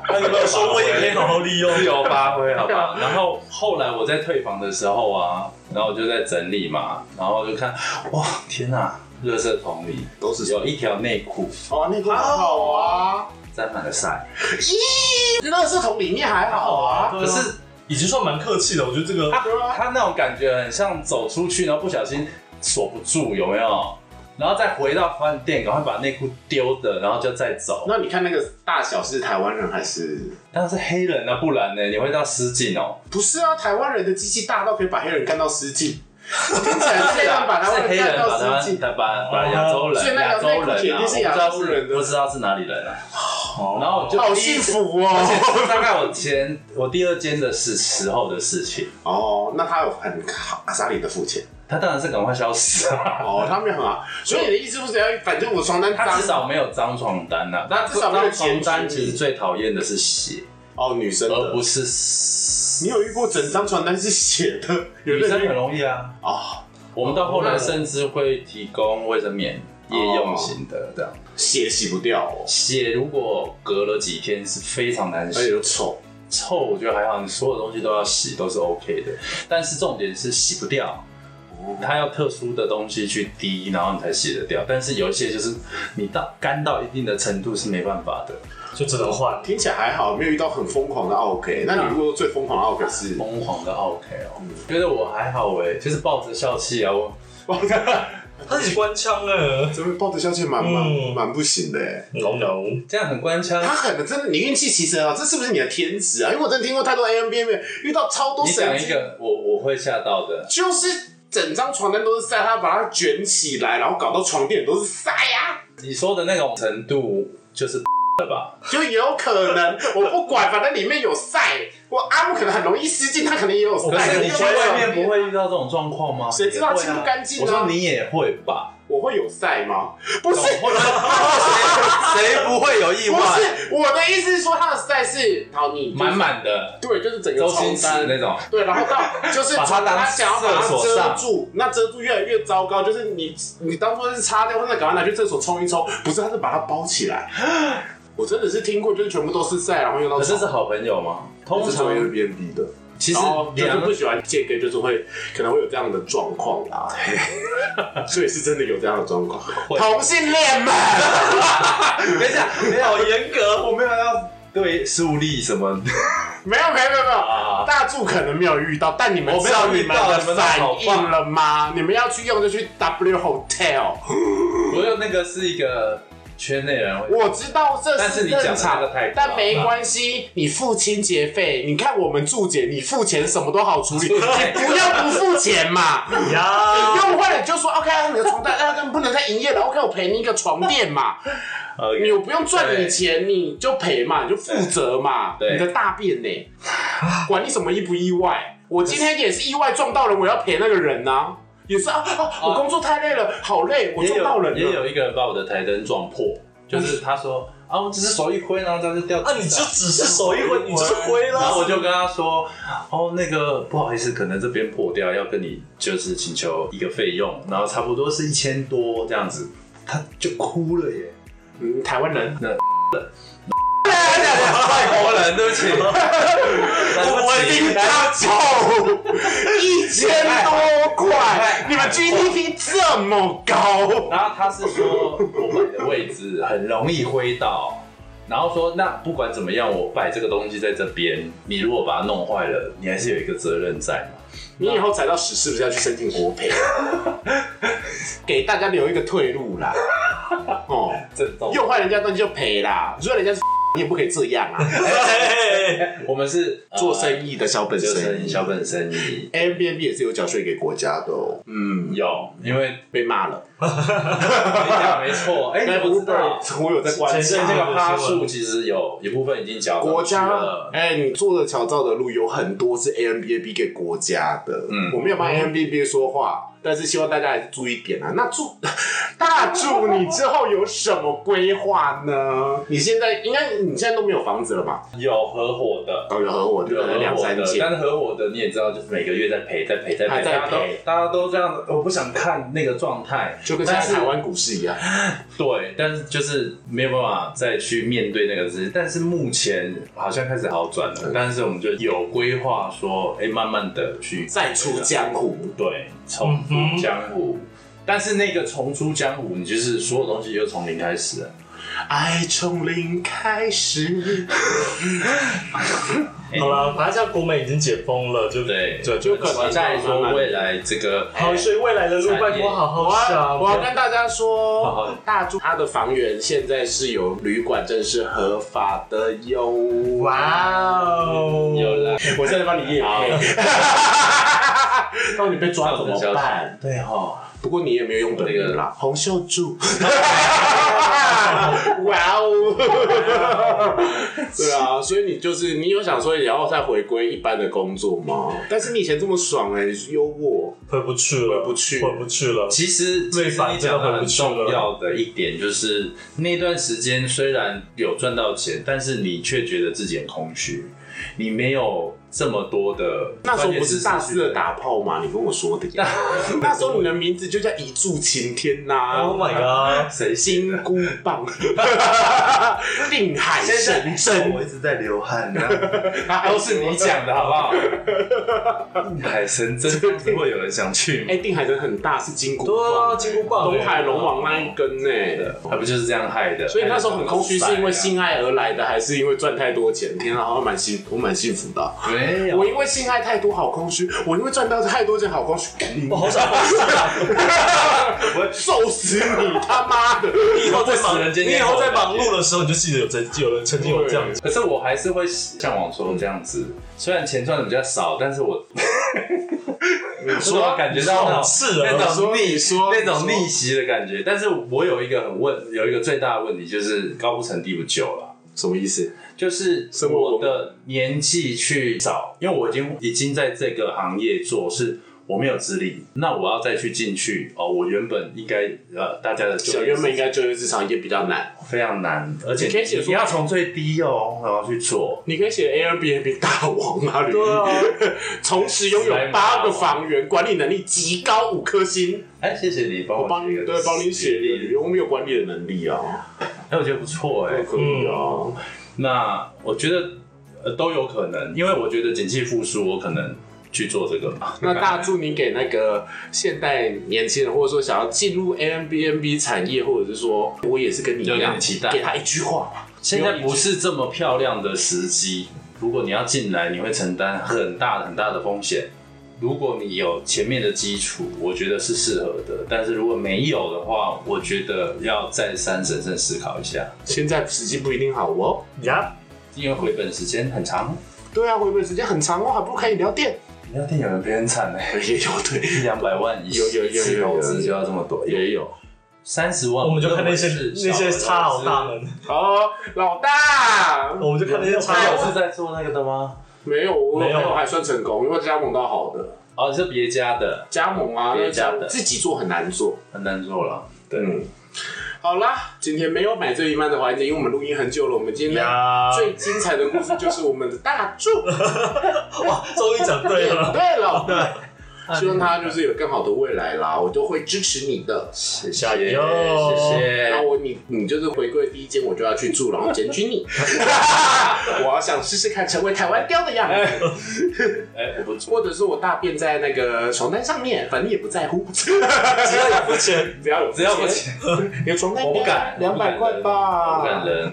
[SPEAKER 2] 那你没有说我也可以好好利用。
[SPEAKER 3] 自由发挥，好 吧。然后后来我在退房的时候啊，然后我就在整理嘛，然后就看，哇，天哪、热色桶里都是有一条内裤
[SPEAKER 1] 哦，那个还好啊，
[SPEAKER 3] 沾满了晒，
[SPEAKER 1] 咦，垃圾桶里面还好啊，
[SPEAKER 2] 对啊
[SPEAKER 3] 可是
[SPEAKER 2] 已经算蛮客气的，我觉得这个
[SPEAKER 3] 他
[SPEAKER 1] 对啊
[SPEAKER 3] 他那种感觉很像走出去，然后不小心锁不住，有没有？然后再回到饭店，赶快把内裤丢的，然后就再走。
[SPEAKER 1] 那你看那个大小是台湾人还是？
[SPEAKER 3] 但是黑人啊，不然呢？你会到失禁哦、
[SPEAKER 1] 不是啊，台湾人的机器大到可以把黑人干到失禁，听起来是黑人把台
[SPEAKER 3] 是
[SPEAKER 1] 湾
[SPEAKER 3] 黑
[SPEAKER 1] 干
[SPEAKER 3] 人把
[SPEAKER 1] 到
[SPEAKER 3] 他
[SPEAKER 1] 失禁。
[SPEAKER 3] 把把把亚洲
[SPEAKER 1] 所以
[SPEAKER 3] 人，
[SPEAKER 1] 那
[SPEAKER 3] 亚
[SPEAKER 1] 条
[SPEAKER 3] 洲
[SPEAKER 1] 内
[SPEAKER 3] 人
[SPEAKER 1] 裤肯
[SPEAKER 3] 啊，
[SPEAKER 1] 定是亚洲人的
[SPEAKER 3] 我不知道是不知道是哪里人啊。然后我 就
[SPEAKER 1] 好
[SPEAKER 3] 第一
[SPEAKER 1] 幸
[SPEAKER 3] 次
[SPEAKER 1] 福
[SPEAKER 3] 而且
[SPEAKER 1] 哦！
[SPEAKER 3] 这是大概我前我第二间的是时候的事情，
[SPEAKER 1] 哦，那他有很好阿萨里的付钱
[SPEAKER 3] 他当然是赶快消失啊，
[SPEAKER 1] 哦，他没有很好。所以你的意思不是要，反正我床单
[SPEAKER 3] 他
[SPEAKER 1] 脏
[SPEAKER 3] 至少没有脏床单呐、啊。那
[SPEAKER 1] 至少没有
[SPEAKER 3] 脏床单
[SPEAKER 1] 检举
[SPEAKER 3] 其实最讨厌的是血，
[SPEAKER 1] 哦，女生
[SPEAKER 3] 而
[SPEAKER 1] 的
[SPEAKER 3] 不。是
[SPEAKER 1] 你有遇过整张床单是血的？有
[SPEAKER 3] 女生
[SPEAKER 1] 认
[SPEAKER 3] 很容易啊。
[SPEAKER 1] 哦，
[SPEAKER 3] 我们到后来甚至会提供卫生棉。夜用型的这样，
[SPEAKER 1] 血洗不掉哦，哎
[SPEAKER 3] 血如果隔了几天是非常难洗
[SPEAKER 1] 而且又臭。
[SPEAKER 3] 臭我觉得还好，你所有东西都要洗都是 OK 的，但是重点是洗不掉，它要特殊的东西去滴，然后你才洗得掉。但是有一些就是你到干到一定的程度是没办法的。
[SPEAKER 2] 就只能换。
[SPEAKER 1] 听起来还好，没有遇到很疯狂的 OK。那你如果最疯狂的 OK 是？
[SPEAKER 3] 疯狂的 OK 哦，觉得我还好哎、就是抱着笑气啊，我
[SPEAKER 1] 哇，
[SPEAKER 2] 他自己关枪了
[SPEAKER 1] 这边抱着小姐蛮蛮
[SPEAKER 2] 嗯
[SPEAKER 1] 蛮不行的哎。
[SPEAKER 2] ，no no，
[SPEAKER 3] 这样很官腔。
[SPEAKER 1] 他可能真的，你运气其实很啊好，这是不是你的天职啊？因为我真的听过太多 A M B M，遇到超多
[SPEAKER 3] 你
[SPEAKER 1] 神
[SPEAKER 3] 讲
[SPEAKER 1] 经
[SPEAKER 3] 一个我我会吓到的，
[SPEAKER 1] 就是整张床单都是塞，他把它卷起来，然后搞到床垫都是塞啊呀、
[SPEAKER 3] 你说的那种程度就是
[SPEAKER 1] 就有可 能我不管，反正里面有塞。我阿木可能很容易失禁，他可能也有
[SPEAKER 2] 可
[SPEAKER 1] 塞。
[SPEAKER 2] 是
[SPEAKER 3] 你
[SPEAKER 2] 你
[SPEAKER 3] 去
[SPEAKER 2] 去外
[SPEAKER 3] 外面不？会遇到这种状况吗？
[SPEAKER 1] 谁知道
[SPEAKER 3] 也会啊
[SPEAKER 1] 清不干净啊
[SPEAKER 3] 我说你也会吧。
[SPEAKER 1] 我会有塞吗？不是，
[SPEAKER 3] 总会谁谁不会有意
[SPEAKER 1] 不
[SPEAKER 3] 外？
[SPEAKER 1] 是，我的意思是说，他的塞是好，你就是
[SPEAKER 3] 满满的
[SPEAKER 1] 对，就是整个
[SPEAKER 3] 周
[SPEAKER 1] 床
[SPEAKER 3] 星驰
[SPEAKER 1] 单
[SPEAKER 3] 那种，
[SPEAKER 1] 对，然后到 就是
[SPEAKER 3] 把它当
[SPEAKER 1] 他想要把它
[SPEAKER 3] 厕所
[SPEAKER 1] 遮
[SPEAKER 3] 上
[SPEAKER 1] 住，那遮住越来越糟糕。就是你你当做是擦掉，或者赶快拿去厕所冲一冲，不是，他是把它包起来。我真的是听过，就是全部都是塞，然后用到
[SPEAKER 3] 可
[SPEAKER 1] 床。
[SPEAKER 3] 是是好朋友吗？通
[SPEAKER 1] 这是
[SPEAKER 3] 常
[SPEAKER 1] Airbnb 的，
[SPEAKER 3] 其实
[SPEAKER 1] 然后哦就是
[SPEAKER 3] 两
[SPEAKER 1] 不喜欢间隔，就是会可能会有这样的状况 啦。所以是真的有这样的状况，
[SPEAKER 3] 会
[SPEAKER 1] 同性恋们，
[SPEAKER 3] 等一下，没有
[SPEAKER 2] 好严格，
[SPEAKER 3] 我没有要对树立什么
[SPEAKER 1] 没有没有没有没有。
[SPEAKER 3] 啊，
[SPEAKER 1] 大柱可能没有遇到，但你们
[SPEAKER 3] 我没
[SPEAKER 1] 知
[SPEAKER 3] 有
[SPEAKER 1] 道你
[SPEAKER 3] 遇
[SPEAKER 1] 们
[SPEAKER 3] 到
[SPEAKER 1] 的
[SPEAKER 3] 你们都
[SPEAKER 1] 反
[SPEAKER 3] 好棒
[SPEAKER 1] 应了吗？你们要去用就去 W Hotel。
[SPEAKER 3] 我有那个是一个圈内人会，
[SPEAKER 1] 我知道这
[SPEAKER 3] 但是你讲
[SPEAKER 1] 正
[SPEAKER 3] 的那
[SPEAKER 1] 常
[SPEAKER 3] 个太
[SPEAKER 1] 但没关系，你付清洁费，你看我们注解，你付钱什么都好处理，你
[SPEAKER 3] 对
[SPEAKER 1] 不要不付钱 嘛。
[SPEAKER 2] 呀，
[SPEAKER 1] 用坏了就说 OK，你的床单啊不能再营业了，OK，我赔你一个床垫嘛，
[SPEAKER 3] 呃，
[SPEAKER 1] 你又不用赚你
[SPEAKER 3] 对
[SPEAKER 1] 钱，你就赔嘛，你就负责嘛，
[SPEAKER 3] 对
[SPEAKER 1] 你的大便呢、管你什么意不意外，我今天也是意外撞到人，我要赔那个人呐、也是啊啊，我工作太累了，好累，我
[SPEAKER 3] 也
[SPEAKER 1] 撞到
[SPEAKER 3] 有
[SPEAKER 1] 人
[SPEAKER 3] 也
[SPEAKER 1] 了。
[SPEAKER 3] 有一个人把我的台灯撞破，就是他说啊，我只是手一挥，然后它就掉地
[SPEAKER 2] 嗯啊，
[SPEAKER 3] 上。
[SPEAKER 2] 你就只是手一挥，你就是挥了，
[SPEAKER 3] 然后我 就跟他说，哦，那个不好意思，可能这边破掉，要跟你就是请求一个费用，然后差不多是一千多这样子，他就哭了耶。
[SPEAKER 1] 嗯，台湾人，
[SPEAKER 3] 外国人，对 不起，
[SPEAKER 2] 我一定
[SPEAKER 1] 大臭，一千多块，你们 GDP 这么高，
[SPEAKER 3] 然后他是说我摆的位置很容易挥到，然后说那不管怎么样，我摆这个东西在这边，你如果把它弄坏了，你还是有一个责任在嘛。
[SPEAKER 1] 你以后踩到屎是不是要去申请国赔？ 给大家留一个退路 啦。哦，
[SPEAKER 3] 震动
[SPEAKER 1] 用坏人家东西就赔啦，如果人家是 你也不可以这 样啊。
[SPEAKER 2] 嘿
[SPEAKER 3] 我们是
[SPEAKER 1] 做生意的小本
[SPEAKER 3] 做生
[SPEAKER 1] 生
[SPEAKER 3] 意，
[SPEAKER 1] 意
[SPEAKER 3] 小本生意。
[SPEAKER 1] ，Airbnb 也是有缴税给国家的哦。嗯，
[SPEAKER 3] 有，因为
[SPEAKER 1] 被骂了。
[SPEAKER 3] 你讲没 错，哎、
[SPEAKER 1] 该
[SPEAKER 3] 你
[SPEAKER 1] 不
[SPEAKER 3] 不
[SPEAKER 1] 是
[SPEAKER 3] 知道，
[SPEAKER 1] 我有在啊观
[SPEAKER 2] 前阵
[SPEAKER 1] 察
[SPEAKER 2] 子
[SPEAKER 3] 这个趴数其实有一部分已经缴上去
[SPEAKER 1] 国家
[SPEAKER 3] 了。。
[SPEAKER 1] 哎、你做的巧造的路有很多是 Airbnb 给国家的，
[SPEAKER 3] 嗯
[SPEAKER 1] 我没有帮 Airbnb 说话，但是希望大家还是注意点啊。那祝 大祝你之后有什么规划呢？你现在应该你现在都没有房子了吧？
[SPEAKER 3] 有合伙的，
[SPEAKER 1] 哦，有合伙就
[SPEAKER 3] 有
[SPEAKER 1] 可能两
[SPEAKER 3] 合伙
[SPEAKER 1] 三
[SPEAKER 3] 的，
[SPEAKER 1] 间
[SPEAKER 3] 但。是合伙的你也知道，就是每个月在赔，在赔，在
[SPEAKER 1] 还
[SPEAKER 3] 赔，
[SPEAKER 1] 在
[SPEAKER 3] 大家都
[SPEAKER 1] 赔
[SPEAKER 3] 大家都这样，我不想看那个状态，
[SPEAKER 1] 就跟现
[SPEAKER 3] 但
[SPEAKER 1] 在
[SPEAKER 3] 是
[SPEAKER 1] 台湾股市一样，
[SPEAKER 3] 对，但是就是没有办法再去面对那个事。但是目前好像开始好转了，但是我们就有规划说，哎、慢慢的去
[SPEAKER 1] 再出江湖。
[SPEAKER 3] 对，重出江湖。但是那个重出江湖，你就是所有东西又从零开始了。
[SPEAKER 1] 爱从零开始，
[SPEAKER 2] 嘿好了，反正现在国美已经解封了，就
[SPEAKER 3] 对，
[SPEAKER 2] 对，就可
[SPEAKER 3] 期待说未来这个
[SPEAKER 2] 哎好，所以未来的路拜托好
[SPEAKER 1] 我
[SPEAKER 2] 好
[SPEAKER 1] 要
[SPEAKER 3] 哎
[SPEAKER 2] 想，
[SPEAKER 1] 我要跟大家
[SPEAKER 3] 好
[SPEAKER 1] 说
[SPEAKER 3] 好，
[SPEAKER 1] 大柱他的房源现在是有旅馆证是合法的哟。
[SPEAKER 2] 哇哦，
[SPEAKER 3] 有 了，
[SPEAKER 1] 我现在帮你夜
[SPEAKER 3] 好
[SPEAKER 1] 配，到你被抓怎么办？
[SPEAKER 3] 对
[SPEAKER 2] 哦
[SPEAKER 3] 哈，
[SPEAKER 1] 不过你也没有用本名啦，洪秀 柱。哇哦！对啊，所以你就是你有想说也要再回归一般的工作吗？但是你以前这么爽哎、优渥，
[SPEAKER 2] 回不去了，
[SPEAKER 1] 回不去
[SPEAKER 2] 回不去了。
[SPEAKER 3] 其实
[SPEAKER 2] 瑞凡
[SPEAKER 3] 其实你
[SPEAKER 2] 真
[SPEAKER 3] 讲
[SPEAKER 2] 的
[SPEAKER 3] 到
[SPEAKER 2] 回不
[SPEAKER 3] 很
[SPEAKER 2] 去了
[SPEAKER 3] 重要的一点就是，那段时间虽然有赚到钱，但是你却觉得自己很空虚，你没有这么多的。
[SPEAKER 1] 那时候不是大肆的，打炮吗？你跟我说的 呀。那时候你的名字就叫一柱擎天呐、
[SPEAKER 2] Oh my god！
[SPEAKER 3] 啊 谁信
[SPEAKER 1] 金
[SPEAKER 3] 呢？
[SPEAKER 1] 箍棒，定海神 针，哎
[SPEAKER 3] 一直在哎流汗呢、
[SPEAKER 1] 都
[SPEAKER 3] 都是你讲的好不好？海神真的会有人想去吗？
[SPEAKER 1] 哎，定海针很大，是筋骨
[SPEAKER 2] 对啊，
[SPEAKER 1] 棒，
[SPEAKER 2] 金箍棒，
[SPEAKER 1] 东海龙王那一根呢。
[SPEAKER 3] 还不就是这样害的？
[SPEAKER 1] 哎所以那时候很空虚，是因为
[SPEAKER 3] 心
[SPEAKER 1] 性爱而来的，还是因为赚太多钱？天啊，好像蛮幸，我蛮幸福的啊。
[SPEAKER 3] 没有
[SPEAKER 1] 我因为性爱太多，好空虚；我因为赚到太多钱，好空虚。
[SPEAKER 2] 我好想回去啊！
[SPEAKER 1] 揍死你他妈的！
[SPEAKER 2] 你以后在
[SPEAKER 3] 我死
[SPEAKER 2] 忙，
[SPEAKER 3] 人间
[SPEAKER 2] 你以
[SPEAKER 3] 烟火
[SPEAKER 2] 后在忙碌的时候，你就记得有曾有人曾经有这样子。
[SPEAKER 3] 可是我还是会向往说这样子，虽然钱赚的比较少，但是我说到感觉到那种
[SPEAKER 2] 是啊
[SPEAKER 3] 那种
[SPEAKER 1] 说
[SPEAKER 3] 逆
[SPEAKER 1] 你说
[SPEAKER 3] 那种
[SPEAKER 1] 你说
[SPEAKER 3] 逆袭的感觉。但是我有一个很问，有一个最大的问题就是高不成低不就了。
[SPEAKER 1] 什么意思？
[SPEAKER 3] 就是
[SPEAKER 1] 生活
[SPEAKER 3] 我的年纪去找，因为我已经已经在这个行业做，是我没有资历，那我要再去进去哦。我原本应该呃，大家的就
[SPEAKER 1] 小
[SPEAKER 3] 业
[SPEAKER 1] 原本应该就业市场也比较难，
[SPEAKER 3] 非常难，而且
[SPEAKER 1] 你可以写说
[SPEAKER 3] 你要从最低哦，然后去做。
[SPEAKER 1] 你可以写 Airbnb 大王啊，履历
[SPEAKER 2] 对啊，
[SPEAKER 1] 同时拥有八个房源，管理能力极高，五颗星。
[SPEAKER 3] 哎，谢谢你帮
[SPEAKER 1] 我帮
[SPEAKER 3] 写
[SPEAKER 1] 你
[SPEAKER 3] 一个
[SPEAKER 1] 对，帮你写
[SPEAKER 3] 履
[SPEAKER 1] 履历，嗯我们有管理的能力啊，
[SPEAKER 3] 哎，我觉得不错哎、
[SPEAKER 1] 可以啊。
[SPEAKER 3] 那我觉得呃，都有可能，因为我觉得景气复苏，我可能去做这个吧。
[SPEAKER 1] 那大祝你给那个现代年轻人，或者说想要进入 A M B N B 产业，或者是说我也是跟你一
[SPEAKER 3] 有
[SPEAKER 1] 样
[SPEAKER 3] 点期待
[SPEAKER 1] 给他一句话，
[SPEAKER 3] 现在不是这么漂亮的时机，如果你要进来，你会承担很大很大的风险。如果你有前面的基础，我觉得是适合的。但是如果没有的话，我觉得要再三审慎思考一下，
[SPEAKER 1] 现在时机不一定好哦。
[SPEAKER 2] 呀，
[SPEAKER 3] 因为回本时间很长。
[SPEAKER 1] 对啊，回本时间很长哦，还不如开饮料店。
[SPEAKER 3] 饮料店有人变很惨哎、
[SPEAKER 1] 也有对，
[SPEAKER 3] 一 两百万一
[SPEAKER 1] 有有有有
[SPEAKER 3] 次投资
[SPEAKER 1] 有
[SPEAKER 3] 就要这么多，
[SPEAKER 1] 也有。
[SPEAKER 3] 三十万，
[SPEAKER 2] 我们就看那些
[SPEAKER 3] 我认为是
[SPEAKER 2] 那些
[SPEAKER 3] 小
[SPEAKER 2] 差老大
[SPEAKER 3] 投资。
[SPEAKER 2] 们，
[SPEAKER 1] 哦，老大，
[SPEAKER 2] 我们就看那些差
[SPEAKER 1] 哎
[SPEAKER 2] 老
[SPEAKER 1] 我
[SPEAKER 2] 大
[SPEAKER 3] 是在做那个的吗？
[SPEAKER 1] 没有，我
[SPEAKER 2] 没
[SPEAKER 1] 有
[SPEAKER 2] 有
[SPEAKER 1] 朋友还算成功，因为加盟到好的
[SPEAKER 3] 哦，你是别家的，
[SPEAKER 1] 加盟啊，那
[SPEAKER 3] 别
[SPEAKER 1] 个加
[SPEAKER 3] 家
[SPEAKER 1] 盟
[SPEAKER 3] 的
[SPEAKER 1] 自己做很难做。
[SPEAKER 3] 很难做了。对，
[SPEAKER 1] 嗯，好啦，今天没有买醉一漫的环节，因为我们录音很久了。我们今天
[SPEAKER 2] 呀，
[SPEAKER 1] 最精彩的故事就是我们的大柱。
[SPEAKER 2] 哇，终于讲对 了，
[SPEAKER 1] 对 了，
[SPEAKER 2] 对，
[SPEAKER 1] 希望他就是有更好的未来啦，我都会支持你的。
[SPEAKER 3] 谢
[SPEAKER 2] 加
[SPEAKER 3] 谢，
[SPEAKER 2] 油
[SPEAKER 3] 谢
[SPEAKER 1] 然后
[SPEAKER 3] 谢。
[SPEAKER 1] 我你你就是回归第一间，我就要去住，然后检举 你。我要想试试看成为台湾雕的样子，
[SPEAKER 3] 哎，我不做，
[SPEAKER 1] 或者是我大便在那个床单上面，反正也不在 乎，
[SPEAKER 2] 只要有付钱，
[SPEAKER 1] 只要有
[SPEAKER 3] 只要不钱，
[SPEAKER 1] 你的床单
[SPEAKER 3] 我不敢，
[SPEAKER 1] 两百块吧，
[SPEAKER 3] 我不敢人，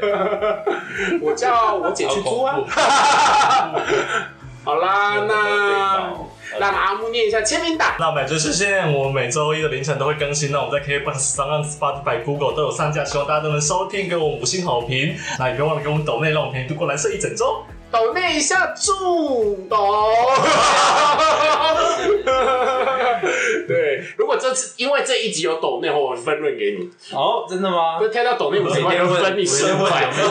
[SPEAKER 3] 对
[SPEAKER 1] 我叫我姐去租啊
[SPEAKER 3] 好恐。
[SPEAKER 1] 好啦，那让
[SPEAKER 3] 那
[SPEAKER 1] 阿木念一下签名档。
[SPEAKER 2] 那买醉视线，我每周一的凌晨都会更新。那我们在 KBox、三浪、Spotify、Google 都有上架，希望大家都能收听，给我们五星好评。那也别忘了给我们抖内，让我们陪你度过蓝色一整周。
[SPEAKER 1] 抖那一下祝 抖。对，如果这次因为这一集有抖内，我分润给你。
[SPEAKER 3] 哦，真的吗
[SPEAKER 1] 不？是跳到抖内五十块，就分你十
[SPEAKER 3] 我
[SPEAKER 1] 块
[SPEAKER 3] 先问有没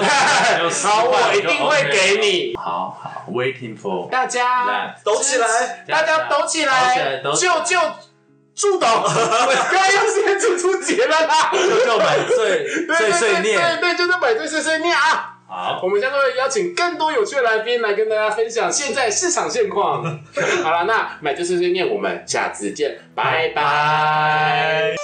[SPEAKER 3] 有。有十 块
[SPEAKER 1] 好，我一定会给你。
[SPEAKER 3] 好好，waiting for，
[SPEAKER 1] 大家
[SPEAKER 3] 来
[SPEAKER 2] 抖起来，
[SPEAKER 1] 大家抖起来，
[SPEAKER 3] 抖
[SPEAKER 1] 就
[SPEAKER 3] 啊起来
[SPEAKER 1] 就助 抖，不要用些助出节了啦。
[SPEAKER 3] 就买醉
[SPEAKER 1] 对
[SPEAKER 3] 碎
[SPEAKER 1] 对
[SPEAKER 3] 碎
[SPEAKER 1] 对对
[SPEAKER 3] 念，
[SPEAKER 1] 对，就是买醉碎碎念啊。
[SPEAKER 3] 好，
[SPEAKER 1] 我们将会邀请更多有趣的来宾来跟大家分享现在市场现况。好了，那买醉碎碎念，我们下次见，拜拜。